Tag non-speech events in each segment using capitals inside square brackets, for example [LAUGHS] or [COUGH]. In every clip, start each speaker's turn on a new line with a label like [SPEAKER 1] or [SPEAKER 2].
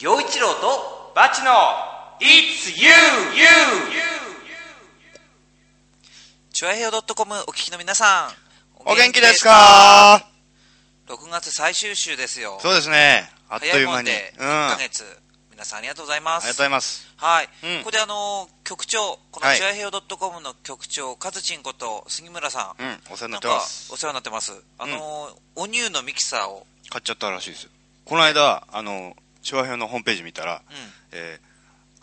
[SPEAKER 1] 陽一郎とバチの It's you, you, you.
[SPEAKER 2] チョアヘオ .com お聞きの皆さん。
[SPEAKER 3] お元気ですか
[SPEAKER 2] ?6 月最終週ですよ。
[SPEAKER 3] そうですね。あっと
[SPEAKER 2] 早
[SPEAKER 3] い
[SPEAKER 2] いうも
[SPEAKER 3] 間
[SPEAKER 2] ん
[SPEAKER 3] に。うん。
[SPEAKER 2] で1
[SPEAKER 3] あ
[SPEAKER 2] ヶ月、皆さんありがとうございま
[SPEAKER 3] りがとうご
[SPEAKER 2] す。
[SPEAKER 3] ざいます。
[SPEAKER 2] はい。
[SPEAKER 3] うん
[SPEAKER 2] ここであのー局長、この
[SPEAKER 3] はい
[SPEAKER 2] チョアヘオ .com の局長、カズチンこと杉村さん。
[SPEAKER 3] うん。お世話に
[SPEAKER 2] なん
[SPEAKER 3] なって
[SPEAKER 2] か
[SPEAKER 3] ます。
[SPEAKER 2] お世話になってます。あのーお乳のミキサーを。
[SPEAKER 3] 買っちゃったらしいですよ。この間、あの、昭和表のホームページ見たら、
[SPEAKER 2] うん。
[SPEAKER 3] えー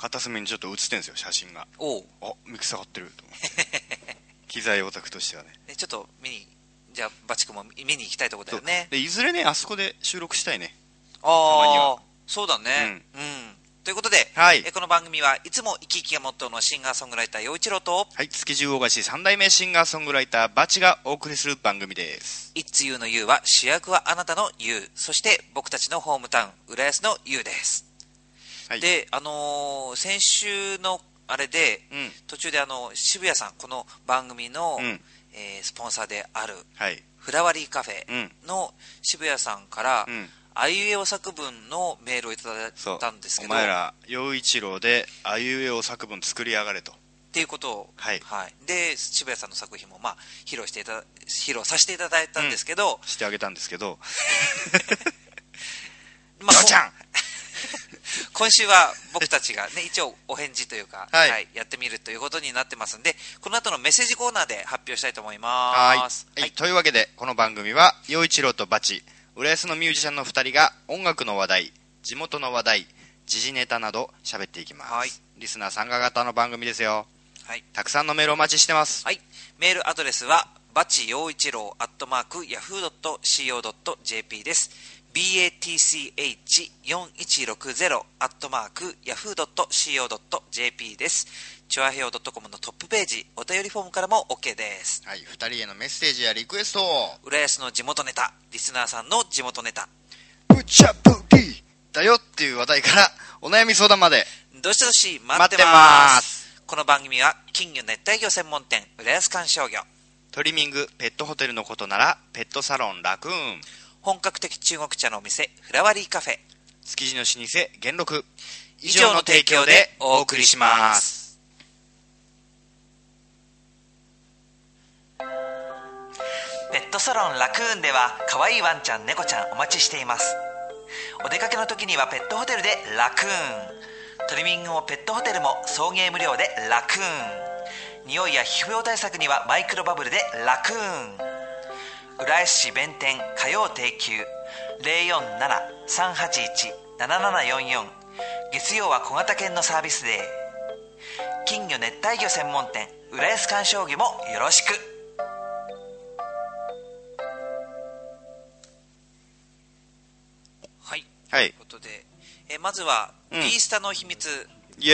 [SPEAKER 3] 片隅にちょっと写ってんですよ、写真が。
[SPEAKER 2] おう。
[SPEAKER 3] あ、ミクサー買 [LAUGHS] ってると思って。機材オタクとしてはね。
[SPEAKER 2] でちょっと見に、じゃあバチ君も見に行きたいところだ
[SPEAKER 3] そう
[SPEAKER 2] よね。
[SPEAKER 3] で、いずれね、あそこで収録したいね。
[SPEAKER 2] ああ
[SPEAKER 3] たまには
[SPEAKER 2] そうだねうん、ということで、
[SPEAKER 3] はい
[SPEAKER 2] えこの番組はいつも生き生きがモットーのシンガーソングライター陽一郎と
[SPEAKER 3] はい。築地大菓子三代目シンガーソングライター、バチがお送りする番組です。
[SPEAKER 2] 「It's You」の「You」は主役はあなたの「You」そして僕たちのホームタウン浦安の「You」です、
[SPEAKER 3] はい
[SPEAKER 2] であのー先週のあれで、
[SPEAKER 3] うん
[SPEAKER 2] 途中であの渋谷さんこの番組の、
[SPEAKER 3] うん
[SPEAKER 2] えースポンサーである
[SPEAKER 3] はい。
[SPEAKER 2] フラワリーカフェ
[SPEAKER 3] ん
[SPEAKER 2] の渋谷さんから、
[SPEAKER 3] うん
[SPEAKER 2] あいうえお作文のメールをいただい
[SPEAKER 3] そう。
[SPEAKER 2] たんですけど
[SPEAKER 3] お前ら、陽一郎で、あいうえお作文作りやがれと。
[SPEAKER 2] っていうことを、
[SPEAKER 3] はい
[SPEAKER 2] で渋谷さんの作品も、まあ、披露していた披露させていただいたんですけど、
[SPEAKER 3] してあげたんですけど、
[SPEAKER 2] まあ、
[SPEAKER 3] ようちゃん
[SPEAKER 2] こ今週は僕たちが、
[SPEAKER 3] [LAUGHS]
[SPEAKER 2] ね、一応お返事というか、
[SPEAKER 3] はい
[SPEAKER 2] やってみるということになってますんでこの後のメッセージコーナーで発表したいと思い
[SPEAKER 3] は
[SPEAKER 2] ます。
[SPEAKER 3] い、というわけでこの番組は陽一郎とバチ浦安のミュージシャンの2人が音楽の話題地元の話題時事ネタなど喋っていきます、
[SPEAKER 2] はい
[SPEAKER 3] リスナー参加型の番組ですよ
[SPEAKER 2] はい
[SPEAKER 3] たくさんのメールお待ちしてます
[SPEAKER 2] はい、メールアドレスはバチ陽一郎アットマークヤフー .co.jp です。batch4160 アットマークヤフー .co.jp です。チョアヘオ .com のトップページ、お便りフォームからも OK です。
[SPEAKER 3] はい、2人へのメッセージやリクエストを
[SPEAKER 2] 浦安の地元ネタ、リスナーさんの地元ネタ、
[SPEAKER 3] ぶっちゃぶりだよっていう話題からお悩み相談まで
[SPEAKER 2] どしどし待っ
[SPEAKER 3] 待ってて
[SPEAKER 2] ま。
[SPEAKER 3] ますす
[SPEAKER 2] この番組は金魚熱帯魚専門店浦安観賞魚。
[SPEAKER 3] トリミングペットホテルのことならペットサロンラクーン
[SPEAKER 2] 本格的中国茶のお店、フラワリーカフェ。
[SPEAKER 3] 築地の老舗元禄
[SPEAKER 2] 以上の提供でお送りします。ペットサロンラクーンでは可愛いワンちゃん猫ちゃんお待ちしていますお出かけの時にはペットホテルでラクーントリミングもペットホテルも送迎無料でラクーン匂いや皮膚病対策にはマイクロバブルでラクーン浦安市弁天火曜定休047-381-7744月曜は小型犬のサービスデー金魚熱帯魚専門店浦安鑑賞魚もよろしくはい
[SPEAKER 3] はい
[SPEAKER 2] ということでえーまずは「
[SPEAKER 3] うん
[SPEAKER 2] ビースタの秘密」
[SPEAKER 3] イエ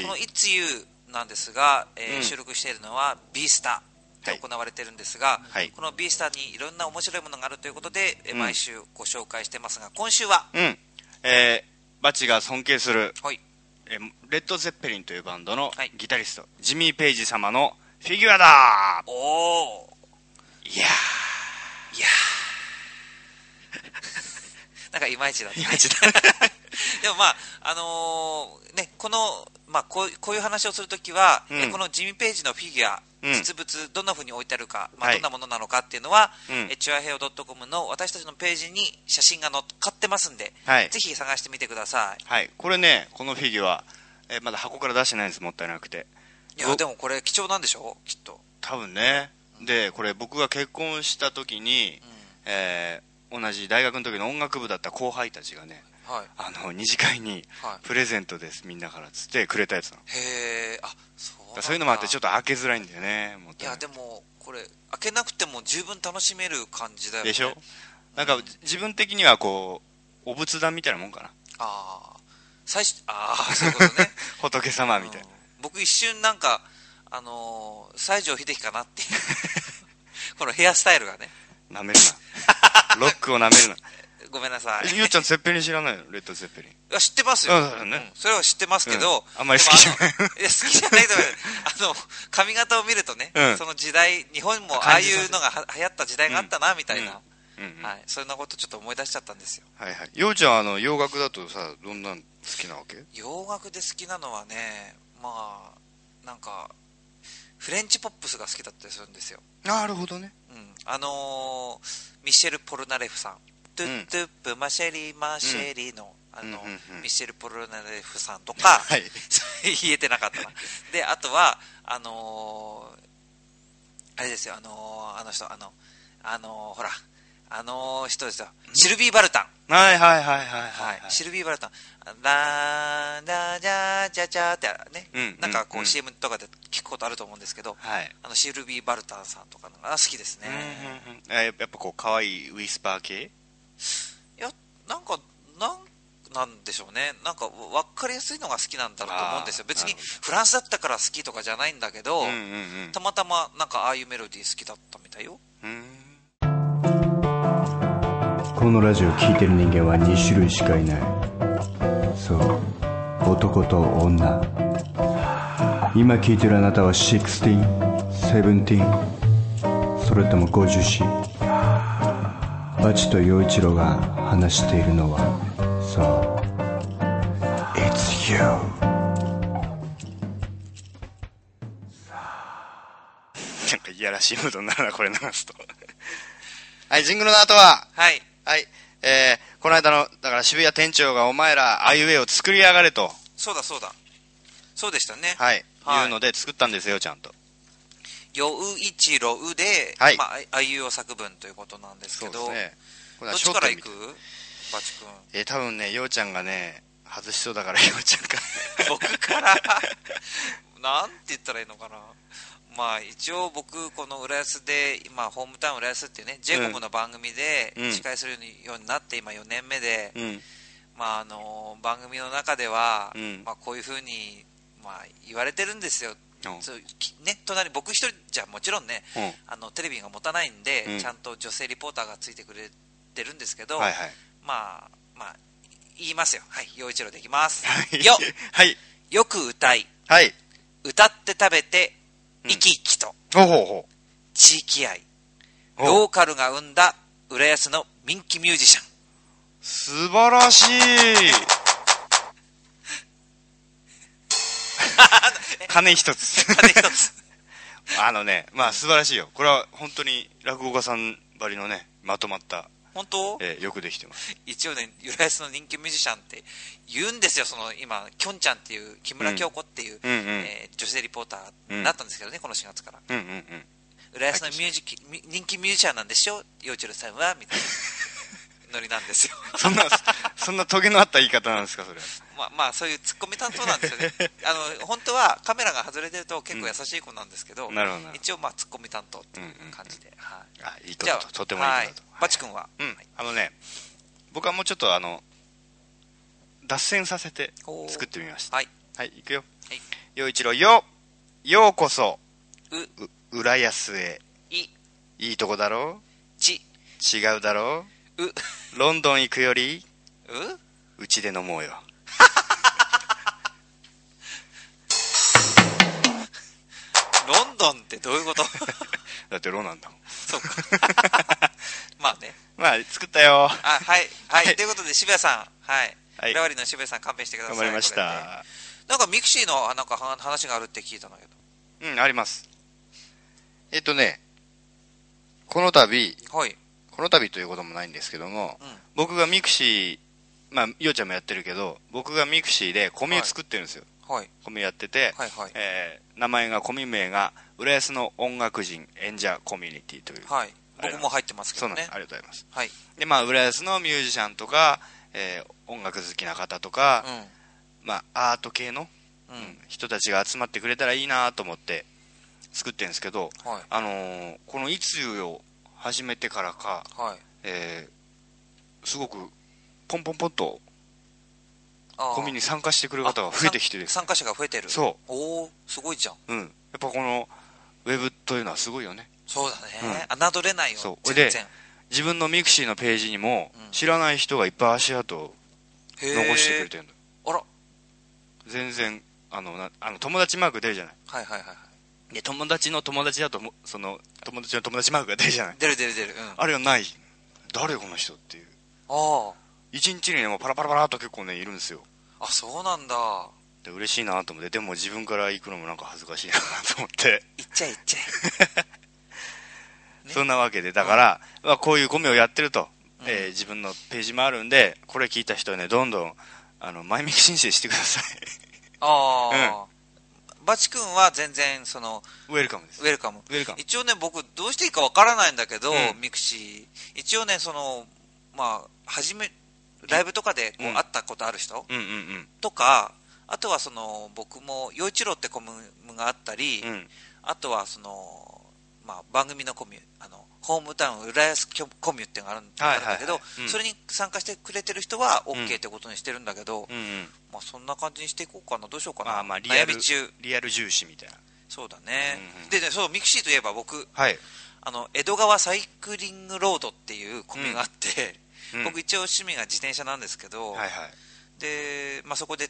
[SPEAKER 3] ーイ
[SPEAKER 2] この「It's You」なんですが、えー
[SPEAKER 3] うん
[SPEAKER 2] 収録しているのは「ビースタ」で行われてるんですが、
[SPEAKER 3] はい
[SPEAKER 2] この「ビースタ」にいろんな面白いものがあるということで、えー
[SPEAKER 3] うん
[SPEAKER 2] 毎週ご紹介してますが今週は
[SPEAKER 3] うん。えーバチが尊敬する、
[SPEAKER 2] はい
[SPEAKER 3] えーレッド・ゼッペリンというバンドの
[SPEAKER 2] はい
[SPEAKER 3] ギタリスト、ジミー・ペイジ様のフィギュアだ
[SPEAKER 2] おお
[SPEAKER 3] いや
[SPEAKER 2] いやーなんかいまいちだ
[SPEAKER 3] [LAUGHS]
[SPEAKER 2] った、ね、
[SPEAKER 3] いまい
[SPEAKER 2] [LAUGHS]
[SPEAKER 3] ちだ
[SPEAKER 2] でもまああのーねこのまあこうこういう話をするときは、
[SPEAKER 3] うん
[SPEAKER 2] えこのジミー・ページのフィギュア、
[SPEAKER 3] うん
[SPEAKER 2] 実物どんなふうに置いてあるか、まあ、
[SPEAKER 3] はい
[SPEAKER 2] どんなものなのかっていうのは、
[SPEAKER 3] うん
[SPEAKER 2] えチュアヘオ .com の私たちのページに写真が載っかってますんで、
[SPEAKER 3] はい
[SPEAKER 2] ぜひ探してみてください
[SPEAKER 3] ーはい、これね、このフィギュア、えーまだ箱から出してないんです、もったいなくて。
[SPEAKER 2] いや
[SPEAKER 3] お
[SPEAKER 2] でもこれ貴重なんでしょきっと
[SPEAKER 3] 多分ね。で、これ僕が結婚した時に、えー同じ大学の時の音楽部だった後輩たちがね、
[SPEAKER 2] はい
[SPEAKER 3] あの、二次会に
[SPEAKER 2] はい、
[SPEAKER 3] プレゼントです、みんなからっつってくれたやつなの。だ
[SPEAKER 2] へえあそうなん
[SPEAKER 3] か
[SPEAKER 2] だ
[SPEAKER 3] らそういうのもあってちょっと開けづらいんだよね、もっ
[SPEAKER 2] い
[SPEAKER 3] たいな
[SPEAKER 2] や
[SPEAKER 3] くて
[SPEAKER 2] でもこれ開けなくても十分楽しめる感じだよね
[SPEAKER 3] でしょなんかじ自分的にはこうお仏壇みたいなもんかな
[SPEAKER 2] ああ最初あ
[SPEAKER 3] [LAUGHS]
[SPEAKER 2] あそういうことね
[SPEAKER 3] 仏様みたいな
[SPEAKER 2] うん僕一瞬なんかあのー西城秀樹かな
[SPEAKER 3] [LAUGHS]
[SPEAKER 2] っていうこのヘアスタイルがね
[SPEAKER 3] なめる
[SPEAKER 2] [LAUGHS]
[SPEAKER 3] なロックをなめるな
[SPEAKER 2] ごめんなさい
[SPEAKER 3] えゆうちゃんゼッペリン知らないのレッドゼッペリン
[SPEAKER 2] いや知ってますよ、
[SPEAKER 3] うんそうだね
[SPEAKER 2] それは知ってますけど、
[SPEAKER 3] うんあんまり好きじゃない
[SPEAKER 2] でもあのいや好きじゃないけどあの髪型を見るとね、
[SPEAKER 3] うん
[SPEAKER 2] その時代日本もああいうのがは流行った時代があったなみたいな、
[SPEAKER 3] うんうんうん
[SPEAKER 2] はい、そんなことちょっと思い出しちゃったんですよ
[SPEAKER 3] はいはい。ようちゃん、あの、洋楽だとさ、どんなん好きなわけ
[SPEAKER 2] 洋楽で好きなのはねまあなんかフレンチポップスが好きだったりするんですよ、
[SPEAKER 3] なるほどね。
[SPEAKER 2] うん、あのーミシェル・ポルナレフさん「トゥットゥップマシェリーマシェリーの」あの、
[SPEAKER 3] うんうんうん
[SPEAKER 2] ミシェル・ポルナレフさんとか、
[SPEAKER 3] はい
[SPEAKER 2] [LAUGHS] 言えてなかったなであとはあのーあれですよあのーあの人あのあのーほらあの人ですよシルビー・バルタン
[SPEAKER 3] はいはいはいはいは
[SPEAKER 2] はいい、。シルビー・バルタン、ラーダジャージャジャーってね、
[SPEAKER 3] うんうん
[SPEAKER 2] なんかこ
[SPEAKER 3] うん
[SPEAKER 2] う CM とかで聞くことあると思うんですけど、
[SPEAKER 3] はい。
[SPEAKER 2] あのシルビー・バルタンさんとかのが好きですね。
[SPEAKER 3] うんうんうんあやっぱやっぱこう、可愛いウィスパー系
[SPEAKER 2] いや、なんか、なんなんでしょうね、なんか分かりやすいのが好きなんだろうと思うんですよ
[SPEAKER 3] あ、ー
[SPEAKER 2] 別に
[SPEAKER 3] なるほ
[SPEAKER 2] フランスだったから好きとかじゃないんだけど、
[SPEAKER 3] うんうんうん
[SPEAKER 2] たまたまなんかああいうメロディー好きだったみたいよ。
[SPEAKER 3] うん。
[SPEAKER 4] このラジオを聴いてる人間は2種類しかいないそう男と女今聴いてるあなたは1617それとも 50C バチと陽一郎が話しているのはそう It's you
[SPEAKER 3] なんかいやらしいムードになるな、これ流すと。はい、ジングルの後は、
[SPEAKER 2] はい、
[SPEAKER 3] はい、えー、この間の、だから渋谷店長がお前ら、あいうえを作りやがれと、
[SPEAKER 2] そうだそうだ、そうでしたね。
[SPEAKER 3] はい、
[SPEAKER 2] はい
[SPEAKER 3] いうので作ったんですよ、ちゃんと。
[SPEAKER 2] よういちろうで、
[SPEAKER 3] はい
[SPEAKER 2] まあ、ああいうえお作文ということなんですけど、
[SPEAKER 3] そうですね。これ
[SPEAKER 2] どっ
[SPEAKER 3] は焦
[SPEAKER 2] ちから
[SPEAKER 3] 点
[SPEAKER 2] 行
[SPEAKER 3] み
[SPEAKER 2] く
[SPEAKER 3] たい
[SPEAKER 2] バチ君。
[SPEAKER 3] えー、多分ね、ようちゃんがね、外しそうだから、よ [LAUGHS] うちゃんから。
[SPEAKER 2] 僕から、 [LAUGHS] なんて言ったらいいのかな。まあ一応僕、この浦安で、今、ホームタウン浦安っていうね、ジェコムの番組で
[SPEAKER 3] うん
[SPEAKER 2] 司会するようになって、今4年目で、
[SPEAKER 3] [LAUGHS] うん。
[SPEAKER 2] まああの、番組の中では
[SPEAKER 3] うん、
[SPEAKER 2] まあこういうふうに、まあ言われてるんですよ。
[SPEAKER 3] うん
[SPEAKER 2] そうきね、隣、僕一人じゃもちろんね、
[SPEAKER 3] うん
[SPEAKER 2] あのテレビが持たないんで、
[SPEAKER 3] うん
[SPEAKER 2] ちゃんと女性リポーターがついてくれてるんですけど、
[SPEAKER 3] はいはい。
[SPEAKER 2] まあ、まあ、言いますよ。はい、陽一郎できます。
[SPEAKER 3] はい
[SPEAKER 2] よ、
[SPEAKER 3] [LAUGHS] はい。
[SPEAKER 2] よく歌い、
[SPEAKER 3] はい。
[SPEAKER 2] 歌って食べて
[SPEAKER 3] う
[SPEAKER 2] 生
[SPEAKER 3] ん
[SPEAKER 2] き生きと
[SPEAKER 3] ほうほうほ
[SPEAKER 2] 地域愛、
[SPEAKER 3] う。
[SPEAKER 2] ロ
[SPEAKER 3] お
[SPEAKER 2] ーカルが生んだ浦安の人気ミュージ
[SPEAKER 3] [LAUGHS]
[SPEAKER 2] シャン
[SPEAKER 3] 素晴らしい
[SPEAKER 2] [LAUGHS]
[SPEAKER 3] 鐘一つ。
[SPEAKER 2] 風一つ
[SPEAKER 3] あのね、まあ素晴らしいよ。これは本当に落語家さんばりのね、まとまった、
[SPEAKER 2] 本当
[SPEAKER 3] えーよくできてます。
[SPEAKER 2] 一応ね浦安の人気ミュージシャンって言うんですよその今きょんちゃんっていう木村京子っていう、
[SPEAKER 3] うんうんうん
[SPEAKER 2] えー女性リポーターになったんですけどね、この4月から
[SPEAKER 3] うんうんうん。
[SPEAKER 2] 浦安のミュージキみ人気ミュージシャンなんでしょ陽一郎さんはみたいなノリなんですよ
[SPEAKER 3] そんな、 [LAUGHS] そんなトゲのあった言い方なんですか、それ。
[SPEAKER 2] まあまあそういうツッコミ担当なんですよ
[SPEAKER 3] [LAUGHS]
[SPEAKER 2] ねあの本当はカメラが外れてると結構優しい子なんですけど、
[SPEAKER 3] うんなるほどなるほど
[SPEAKER 2] 一応まあツッコミ担当っていう感じで、はい
[SPEAKER 3] あ、いいこ
[SPEAKER 2] じゃあ
[SPEAKER 3] と、とてもいいことだと。
[SPEAKER 2] はい、バチ君は、
[SPEAKER 3] うん、あのね、僕はもうちょっとあの、脱線させて
[SPEAKER 2] おー
[SPEAKER 3] 作ってみました。
[SPEAKER 2] はい
[SPEAKER 3] はい、いくよ。
[SPEAKER 2] はい
[SPEAKER 3] よいちろよ、ようこそ、
[SPEAKER 2] う
[SPEAKER 3] う、浦安へ。
[SPEAKER 2] い
[SPEAKER 3] いいとこだろ
[SPEAKER 2] ち
[SPEAKER 3] 違うだろ
[SPEAKER 2] うう
[SPEAKER 3] ロンドン行くより、うちで飲もうよ。
[SPEAKER 2] ロンドンってどういうこと [LAUGHS]
[SPEAKER 3] だってロなんだもん。
[SPEAKER 2] そうかまあね
[SPEAKER 3] [LAUGHS] まあ、作ったよ。
[SPEAKER 2] あはいはい、
[SPEAKER 3] はい
[SPEAKER 2] ということで渋谷さんはい
[SPEAKER 3] はい
[SPEAKER 2] 浦和の渋谷さん勘弁してくださ
[SPEAKER 3] 頑
[SPEAKER 2] い
[SPEAKER 3] 張りまし
[SPEAKER 2] これね
[SPEAKER 3] た。
[SPEAKER 2] なんかミクシーのなんかは話があるって聞いたんだけど
[SPEAKER 3] うん、あります。えっとね、この度、
[SPEAKER 2] はい
[SPEAKER 3] この度ということもないんですけども、
[SPEAKER 2] うん
[SPEAKER 3] 僕がミクシー、まあ、ようちゃんもやってるけど、僕がミクシーでコミュ作ってるんですよ。
[SPEAKER 2] はい
[SPEAKER 3] コミュやってて、
[SPEAKER 2] はいはい
[SPEAKER 3] えー名前が、コミュ名が、浦安の音楽人演者コミュニティという。
[SPEAKER 2] はい
[SPEAKER 3] あれ
[SPEAKER 2] 僕も入ってますけ
[SPEAKER 3] そう
[SPEAKER 2] ど
[SPEAKER 3] なん
[SPEAKER 2] ね
[SPEAKER 3] です。ありがとうございます。
[SPEAKER 2] はい
[SPEAKER 3] で、まあ、浦安のミュージシャンとか、えー音楽好きな方とか、まあ、アート系の、
[SPEAKER 2] うん、うん
[SPEAKER 3] 人たちが集まってくれたらいいなと思って作ってるんですけど、
[SPEAKER 2] はい
[SPEAKER 3] あのーこの「いつゆ」を始めてからか、
[SPEAKER 2] はい。
[SPEAKER 3] えーすごくポンポンポンと
[SPEAKER 2] あ
[SPEAKER 3] コミュに参加してくる方が増えてきてです、
[SPEAKER 2] 参参加者が増えてる。。
[SPEAKER 3] そう
[SPEAKER 2] おお、すごいじゃん。
[SPEAKER 3] うん、やっぱこのウェブというのはすごいよね
[SPEAKER 2] そうだね。侮れないよ。
[SPEAKER 3] そう
[SPEAKER 2] 全然。
[SPEAKER 3] 自分のミクシーのページにも
[SPEAKER 2] うん
[SPEAKER 3] 知らない人がいっぱい足跡を
[SPEAKER 2] へー
[SPEAKER 3] 残してくれてるの、
[SPEAKER 2] あら。
[SPEAKER 3] 全然あのなあの友達マーク出るじゃない
[SPEAKER 2] はいはいはいは
[SPEAKER 3] で友達の友達だともその友達の友達マークが出るじゃない
[SPEAKER 2] い。出る出る出る。うん。
[SPEAKER 3] あれがない誰この人っていう
[SPEAKER 5] あ
[SPEAKER 3] 一日にねもうパラパラパラっと結構ねいるんですよ
[SPEAKER 5] ああそうなんだ
[SPEAKER 3] で嬉しいなと思ってでも自分から行くのもなんか恥ずかしいなと思って
[SPEAKER 5] 行っちゃえ行っちゃ
[SPEAKER 3] そんなわけでだから、まあ、こういうコメをやってると、えー自分のページもあるんでこれ聞いた人はねどんどんあの前向き申請してくだ [LAUGHS] さい
[SPEAKER 5] えああ、バチ君は全然その
[SPEAKER 3] ウェルカムです
[SPEAKER 5] ウェルカム
[SPEAKER 3] ウェルカム
[SPEAKER 5] 一応ね僕どうしていいかわからないんだけど、
[SPEAKER 3] うん
[SPEAKER 5] ミクシー一応ねそのまあ初めライブとかでこう
[SPEAKER 3] うん
[SPEAKER 5] 会ったことある人、
[SPEAKER 3] うんうん
[SPEAKER 5] とかあとはその僕も陽一郎ってコムがあったり、
[SPEAKER 3] うんうん
[SPEAKER 5] あとはその、まあ、番組のコミュあのホームタウン浦安コミュっていうのがあるん
[SPEAKER 3] はい
[SPEAKER 5] ある
[SPEAKER 3] はい
[SPEAKER 5] ん
[SPEAKER 3] はい
[SPEAKER 5] だけど、
[SPEAKER 3] うん
[SPEAKER 5] それに参加してくれてる人は
[SPEAKER 3] ん
[SPEAKER 5] OK ってことにしてるんだけど、
[SPEAKER 3] うんうん
[SPEAKER 5] まあ、そんな感じにしていこうかなどうしようかな、
[SPEAKER 3] まあまあリア
[SPEAKER 5] 悩
[SPEAKER 3] ル
[SPEAKER 5] み中
[SPEAKER 3] リアル重視みたいな
[SPEAKER 5] そうだね、
[SPEAKER 3] うんうん
[SPEAKER 5] でねそうミクシーといえば僕
[SPEAKER 3] はい
[SPEAKER 5] あの江戸川サイクリングロードっていうコミュがあって、
[SPEAKER 3] うん
[SPEAKER 5] 僕一応趣味が自転車なんですけど、
[SPEAKER 3] はいはい
[SPEAKER 5] で、まあ、そこで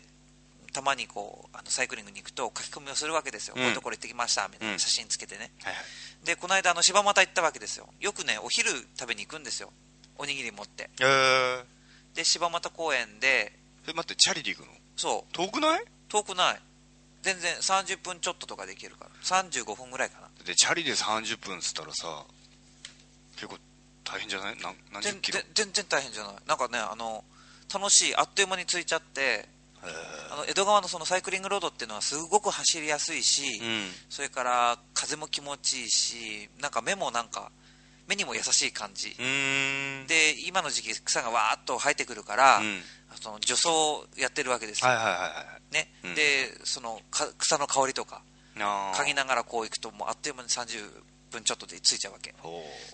[SPEAKER 5] たまにこうあのサイクリングに行くと書き込みをするわけですよ、
[SPEAKER 3] うん
[SPEAKER 5] こういうところ行ってきましたみたい
[SPEAKER 3] うん
[SPEAKER 5] な写真つけてね、
[SPEAKER 3] はいはい
[SPEAKER 5] でこの間あの柴又行ったわけですよよくねお昼食べに行くんですよおにぎり持って
[SPEAKER 3] えー、
[SPEAKER 5] で柴又公園で
[SPEAKER 3] え待ってチャリで行くの
[SPEAKER 5] そう
[SPEAKER 3] 遠くない
[SPEAKER 5] 遠くない全然30分ちょっととかできるから35分ぐらいかな
[SPEAKER 3] でチャリで30分っつったらさ結構大変じゃないなん何十
[SPEAKER 5] 全
[SPEAKER 3] キロ
[SPEAKER 5] 然全然大変じゃないなんかねあの楽しいあっという間に着いちゃって
[SPEAKER 3] へ
[SPEAKER 5] あの江戸川のそのサイクリングロードっていうのはすごく走りやすいし、
[SPEAKER 3] ーうん
[SPEAKER 5] それから風も気持ちいいしなんか目もなんか目にも優しい感じ、
[SPEAKER 3] うーん
[SPEAKER 5] で今の時期草がわーっと生えてくるから、
[SPEAKER 3] うん
[SPEAKER 5] その除草をやってるわけですよ、
[SPEAKER 3] はいはいはいはい
[SPEAKER 5] ね
[SPEAKER 3] うん
[SPEAKER 5] でそのか草の香りとか
[SPEAKER 3] あー
[SPEAKER 5] 嗅ぎながらこう行くともうあっという間に30分ちょっとで着いちゃうわけ
[SPEAKER 3] お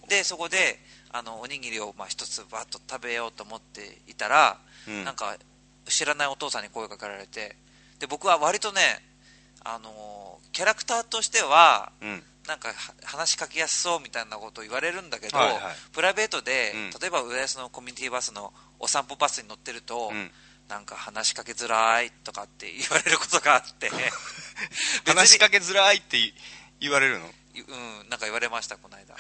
[SPEAKER 3] ー
[SPEAKER 5] でそこであのおにぎりをまあ一つバーッと食べようと思っていたら、
[SPEAKER 3] うん
[SPEAKER 5] なんか知らないお父さんに声かけられてで僕は割とねあのーキャラクターとしては
[SPEAKER 3] うん
[SPEAKER 5] なんかは話しかけやすそうみたいなことを言われるんだけど、
[SPEAKER 3] はいはい
[SPEAKER 5] プライベートで、
[SPEAKER 3] うん
[SPEAKER 5] 例えば浦安のコミュニティバスのお散歩バスに乗ってると、
[SPEAKER 3] うん
[SPEAKER 5] なんか話しかけづらいとかって言われることがあって
[SPEAKER 3] [LAUGHS] 話しかけづらいってい言われるの
[SPEAKER 5] 別にうん、なんか言われましたこの間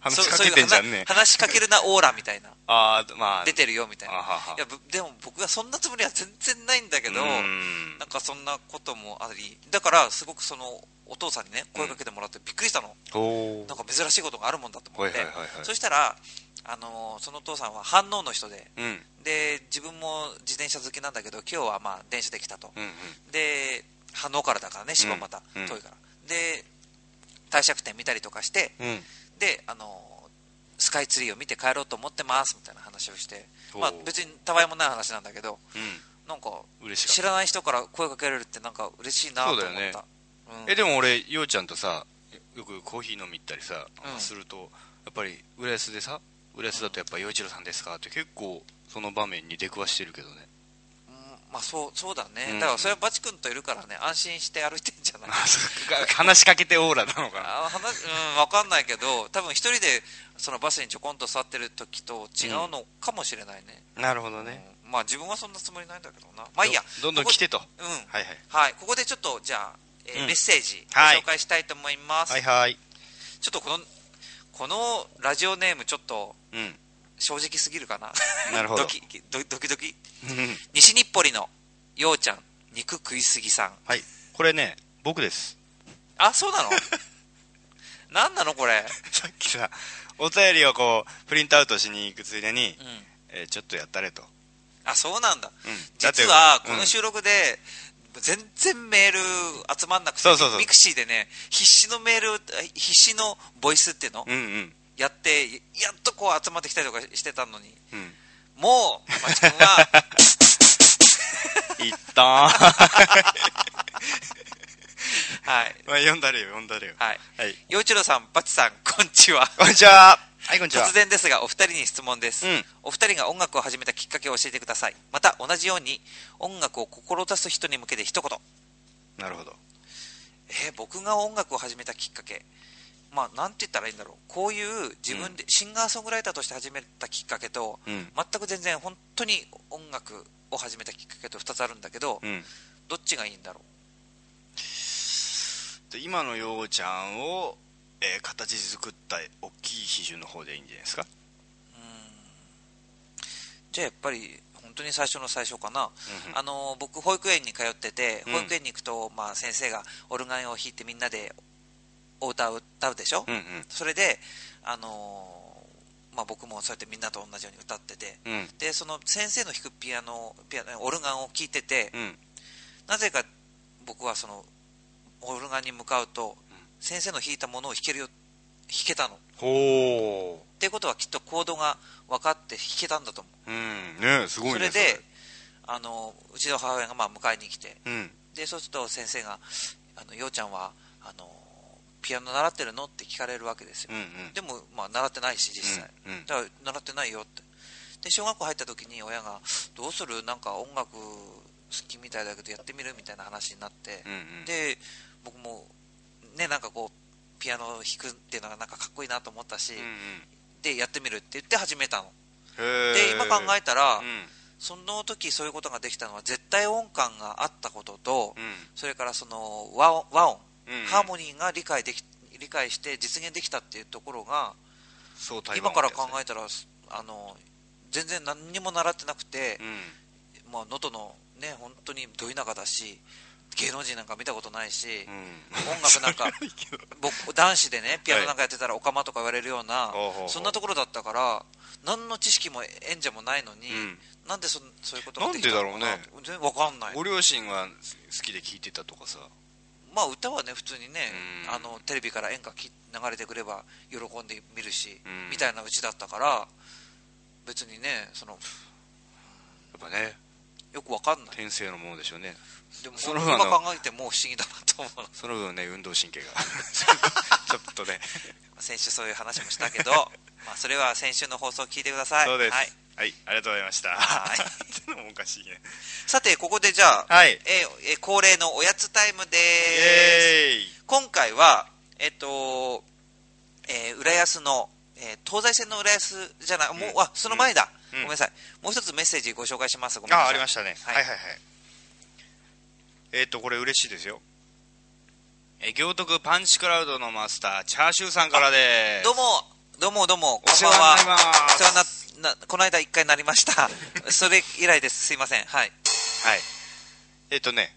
[SPEAKER 3] 話しかけてんじゃん
[SPEAKER 5] そうそういう
[SPEAKER 3] ね
[SPEAKER 5] 話話しかけるなオーラみたいな
[SPEAKER 3] ああまあ
[SPEAKER 5] 出てるよみたいな
[SPEAKER 3] あははい
[SPEAKER 5] やぶでも僕はそんなつもりは全然ないんだけど
[SPEAKER 3] うーん
[SPEAKER 5] なんかそんなこともありだからすごくそのお父さんにね声かけてもらってびっくりしたの、
[SPEAKER 3] おー
[SPEAKER 5] なんか珍しいことがあるもんだと思って、
[SPEAKER 3] はいはいはいはい
[SPEAKER 5] そしたら、あのーそのお父さんは反応の人で
[SPEAKER 3] うんうん
[SPEAKER 5] で自分も自転車好きなんだけど今日はまあ電車で来たと、
[SPEAKER 3] うん
[SPEAKER 5] で反応からだからね芝また、
[SPEAKER 3] うんうん
[SPEAKER 5] 遠いからで帝釈天見たりとかして、
[SPEAKER 3] うん
[SPEAKER 5] で、あのースカイツリーを見て帰ろうと思ってますみたいな話をして、
[SPEAKER 3] おー
[SPEAKER 5] まあ、別にたわいもない話なんだけど
[SPEAKER 3] うん
[SPEAKER 5] なんか
[SPEAKER 3] 嬉しかった
[SPEAKER 5] 知らない人から声かけられるってなんか嬉しいなと思った
[SPEAKER 3] そうだよね
[SPEAKER 5] うん
[SPEAKER 3] えでも俺ようちゃんとさよくコーヒー飲み行ったりさ、
[SPEAKER 5] うん
[SPEAKER 3] するとやっぱり浦安でさ浦安だとやっぱ陽一郎さんですかって結構その場面に出くわしてるけどね
[SPEAKER 5] うんまあそうそうだね、
[SPEAKER 3] うん
[SPEAKER 5] だからそれはバチ君といるからね安心して歩いてんじゃない
[SPEAKER 3] [LAUGHS] あそっか話しかけてオーラなのかな
[SPEAKER 5] あ話うん分かんないけど多分一人でそのバスにちょこんと座ってる時と違うのかもしれないね、
[SPEAKER 3] なるほどね
[SPEAKER 5] うんまあ自分はそんなつもりないんだけどなまあいいや
[SPEAKER 3] どどんどん来てと
[SPEAKER 5] ここうんはい、
[SPEAKER 3] はいはい
[SPEAKER 5] ここでちょっとじゃあ、えー
[SPEAKER 3] うん
[SPEAKER 5] メッセージご
[SPEAKER 3] はい
[SPEAKER 5] 紹介したいと思います、
[SPEAKER 3] はいはい
[SPEAKER 5] ちょっとこのこのラジオネームちょっと
[SPEAKER 3] うん
[SPEAKER 5] 正直すぎるかな
[SPEAKER 3] なるほど
[SPEAKER 5] ドキドドキドキ西日暮里のようちゃん肉食いすぎさん
[SPEAKER 3] [LAUGHS] はいこれね僕です
[SPEAKER 5] あそうなの [LAUGHS] なんなのこれ、
[SPEAKER 3] [LAUGHS] さっきさお便りをこうプリントアウトしに行くついでに
[SPEAKER 5] うん、
[SPEAKER 3] えーちょっとやったれと、うん、
[SPEAKER 5] あそうなんだ
[SPEAKER 3] だって
[SPEAKER 5] 実はこ
[SPEAKER 3] う
[SPEAKER 5] の
[SPEAKER 3] ん
[SPEAKER 5] 収録で全然メール集まんなくて
[SPEAKER 3] そうそうそう
[SPEAKER 5] ミクシーでね必死のメールあ必死のボイスっていうの、
[SPEAKER 3] うんうん
[SPEAKER 5] やってやっとこう集まってきたりとかしてたのに
[SPEAKER 3] うん
[SPEAKER 5] もうマチ君は
[SPEAKER 3] [LAUGHS] いったー [LAUGHS] ま
[SPEAKER 5] は
[SPEAKER 3] あ
[SPEAKER 5] い
[SPEAKER 3] 読んだれよ読んだれよ
[SPEAKER 5] はい
[SPEAKER 3] はい
[SPEAKER 5] 陽一郎さんバチさんこんにちは
[SPEAKER 3] こんにちははいこんにちは
[SPEAKER 5] 突然ですがお二人に質問です、
[SPEAKER 3] うん
[SPEAKER 5] お二人が音楽を始めたきっかけを教えてくださいまた同じように音楽を志す人に向けて一言
[SPEAKER 3] なるほど
[SPEAKER 5] えー僕が音楽を始めたきっかけまあなんて言ったらいいんだろうこういう自分でシンガーソングライターとして始めたきっかけと、
[SPEAKER 3] うん
[SPEAKER 5] 全く全然本当に音楽を始めたきっかけと2つあるんだけど、
[SPEAKER 3] うん
[SPEAKER 5] どっちがいいんだろ
[SPEAKER 3] で今のようちゃんを、えー形作った大きい比重の方でいいんじゃないですか
[SPEAKER 5] ううーんじゃあやっぱり本当に最初の最初かな、あの僕、保育園に通ってて、
[SPEAKER 3] うん
[SPEAKER 5] 保育園に行くと、まあ、先生がオルガンを弾いてみんなでお歌を歌うでしょ、
[SPEAKER 3] うんうん
[SPEAKER 5] それで、あのーまあ、僕もそうやってみんなと同じように歌ってて、
[SPEAKER 3] うん
[SPEAKER 5] でその先生の弾くピアノピアノオルガンを聴いてて、
[SPEAKER 3] うん
[SPEAKER 5] なぜか僕はそのオルガンに向かうと、先生の弾いたものを弾けるよ弾けたの。
[SPEAKER 3] ほ
[SPEAKER 5] っていうことはきっとコードが分かって弾けたんだと思う
[SPEAKER 3] ううんねえすごいね
[SPEAKER 5] それであのうちの母親がまあ迎えに来て
[SPEAKER 3] それうん
[SPEAKER 5] でそうすると先生が「あのようちゃんはあのピアノ習ってるの?」って聞かれるわけですよ、
[SPEAKER 3] うんうん
[SPEAKER 5] でも、まあ、習ってないし実際、
[SPEAKER 3] うんうん
[SPEAKER 5] だから習ってないよってで小学校入った時に親が「どうするなんか音楽好きみたいだけどやってみる?」みたいな話になって、
[SPEAKER 3] うんうん
[SPEAKER 5] で僕もねなんかこうピアノを弾くっていうのがなんかかっこいいなと思ったし、
[SPEAKER 3] うんうん
[SPEAKER 5] でやってみるって言って始めたの
[SPEAKER 3] へえ
[SPEAKER 5] で今考えたら、
[SPEAKER 3] うん
[SPEAKER 5] その時そういうことができたのは絶対音感があったことと、
[SPEAKER 3] うん
[SPEAKER 5] それからその和音和音、
[SPEAKER 3] うん
[SPEAKER 5] ハーモニーが理解でき理解して実現できたっていうところが、
[SPEAKER 3] そう台
[SPEAKER 5] 今
[SPEAKER 3] 湾
[SPEAKER 5] から考
[SPEAKER 3] え
[SPEAKER 5] えたらあの全然何にも習ってなくて
[SPEAKER 3] う、ん
[SPEAKER 5] まあ能登のね本当にど田舎だし芸能人なんか見たことないし、
[SPEAKER 3] うん
[SPEAKER 5] 音楽なんか僕男子でねピアノなんかやってたらオカマとか言われるような、
[SPEAKER 3] ほうほうほう
[SPEAKER 5] そんなところだったから何の知識も演者もないの
[SPEAKER 3] [LAUGHS]
[SPEAKER 5] に、
[SPEAKER 3] うん
[SPEAKER 5] なんでそそういうことができたのかな
[SPEAKER 3] なんでだ
[SPEAKER 5] 全然わかんない
[SPEAKER 3] ご両親は好きで聴いてたとかさ
[SPEAKER 5] まあ歌はね普通にね
[SPEAKER 3] うん
[SPEAKER 5] あのテレビから演歌き流れてくれば喜んで見るし、
[SPEAKER 3] うん
[SPEAKER 5] みたいなうちだったから別にねその
[SPEAKER 3] やっぱね
[SPEAKER 5] よくわかんない
[SPEAKER 3] 天性のものでしょうね
[SPEAKER 5] でも
[SPEAKER 3] その
[SPEAKER 5] 今
[SPEAKER 3] あの
[SPEAKER 5] 考えてもう不思議だなと思う
[SPEAKER 3] その分ね運動 [LAUGHS] 神経がちょっとね
[SPEAKER 5] 先週そういう話もしたけ
[SPEAKER 3] [LAUGHS]
[SPEAKER 5] どまあそれは先週の放送を聞いてください
[SPEAKER 3] そうです
[SPEAKER 5] はい
[SPEAKER 3] はいありがとうございました [LAUGHS]
[SPEAKER 5] はい
[SPEAKER 3] ってのもおかしいね
[SPEAKER 5] さてここでじゃあ、
[SPEAKER 3] はい
[SPEAKER 5] えーえー恒例のおやつタイムで
[SPEAKER 3] イ
[SPEAKER 5] す
[SPEAKER 3] エーイ
[SPEAKER 5] 今回はえっと、えー浦安の、えー東西線の浦安じゃないもう、
[SPEAKER 3] うん
[SPEAKER 5] あその前だ、
[SPEAKER 3] うん
[SPEAKER 5] ごめんなさいもう一つメッセージご紹介しますごめんなさい
[SPEAKER 3] あありましたね、
[SPEAKER 5] は
[SPEAKER 3] はいい、はいはいえっ、とこれ嬉しいですよえー行徳パンチクラウドのマスターチャーシューさんからです
[SPEAKER 5] どうもどうもどうもこ
[SPEAKER 3] お
[SPEAKER 5] ん
[SPEAKER 3] 世
[SPEAKER 5] ばん
[SPEAKER 3] 話に
[SPEAKER 5] は
[SPEAKER 3] なります
[SPEAKER 5] お世話にななこの間一回なりました [LAUGHS] それ以来ですすいませんはい
[SPEAKER 3] はいえっ、とね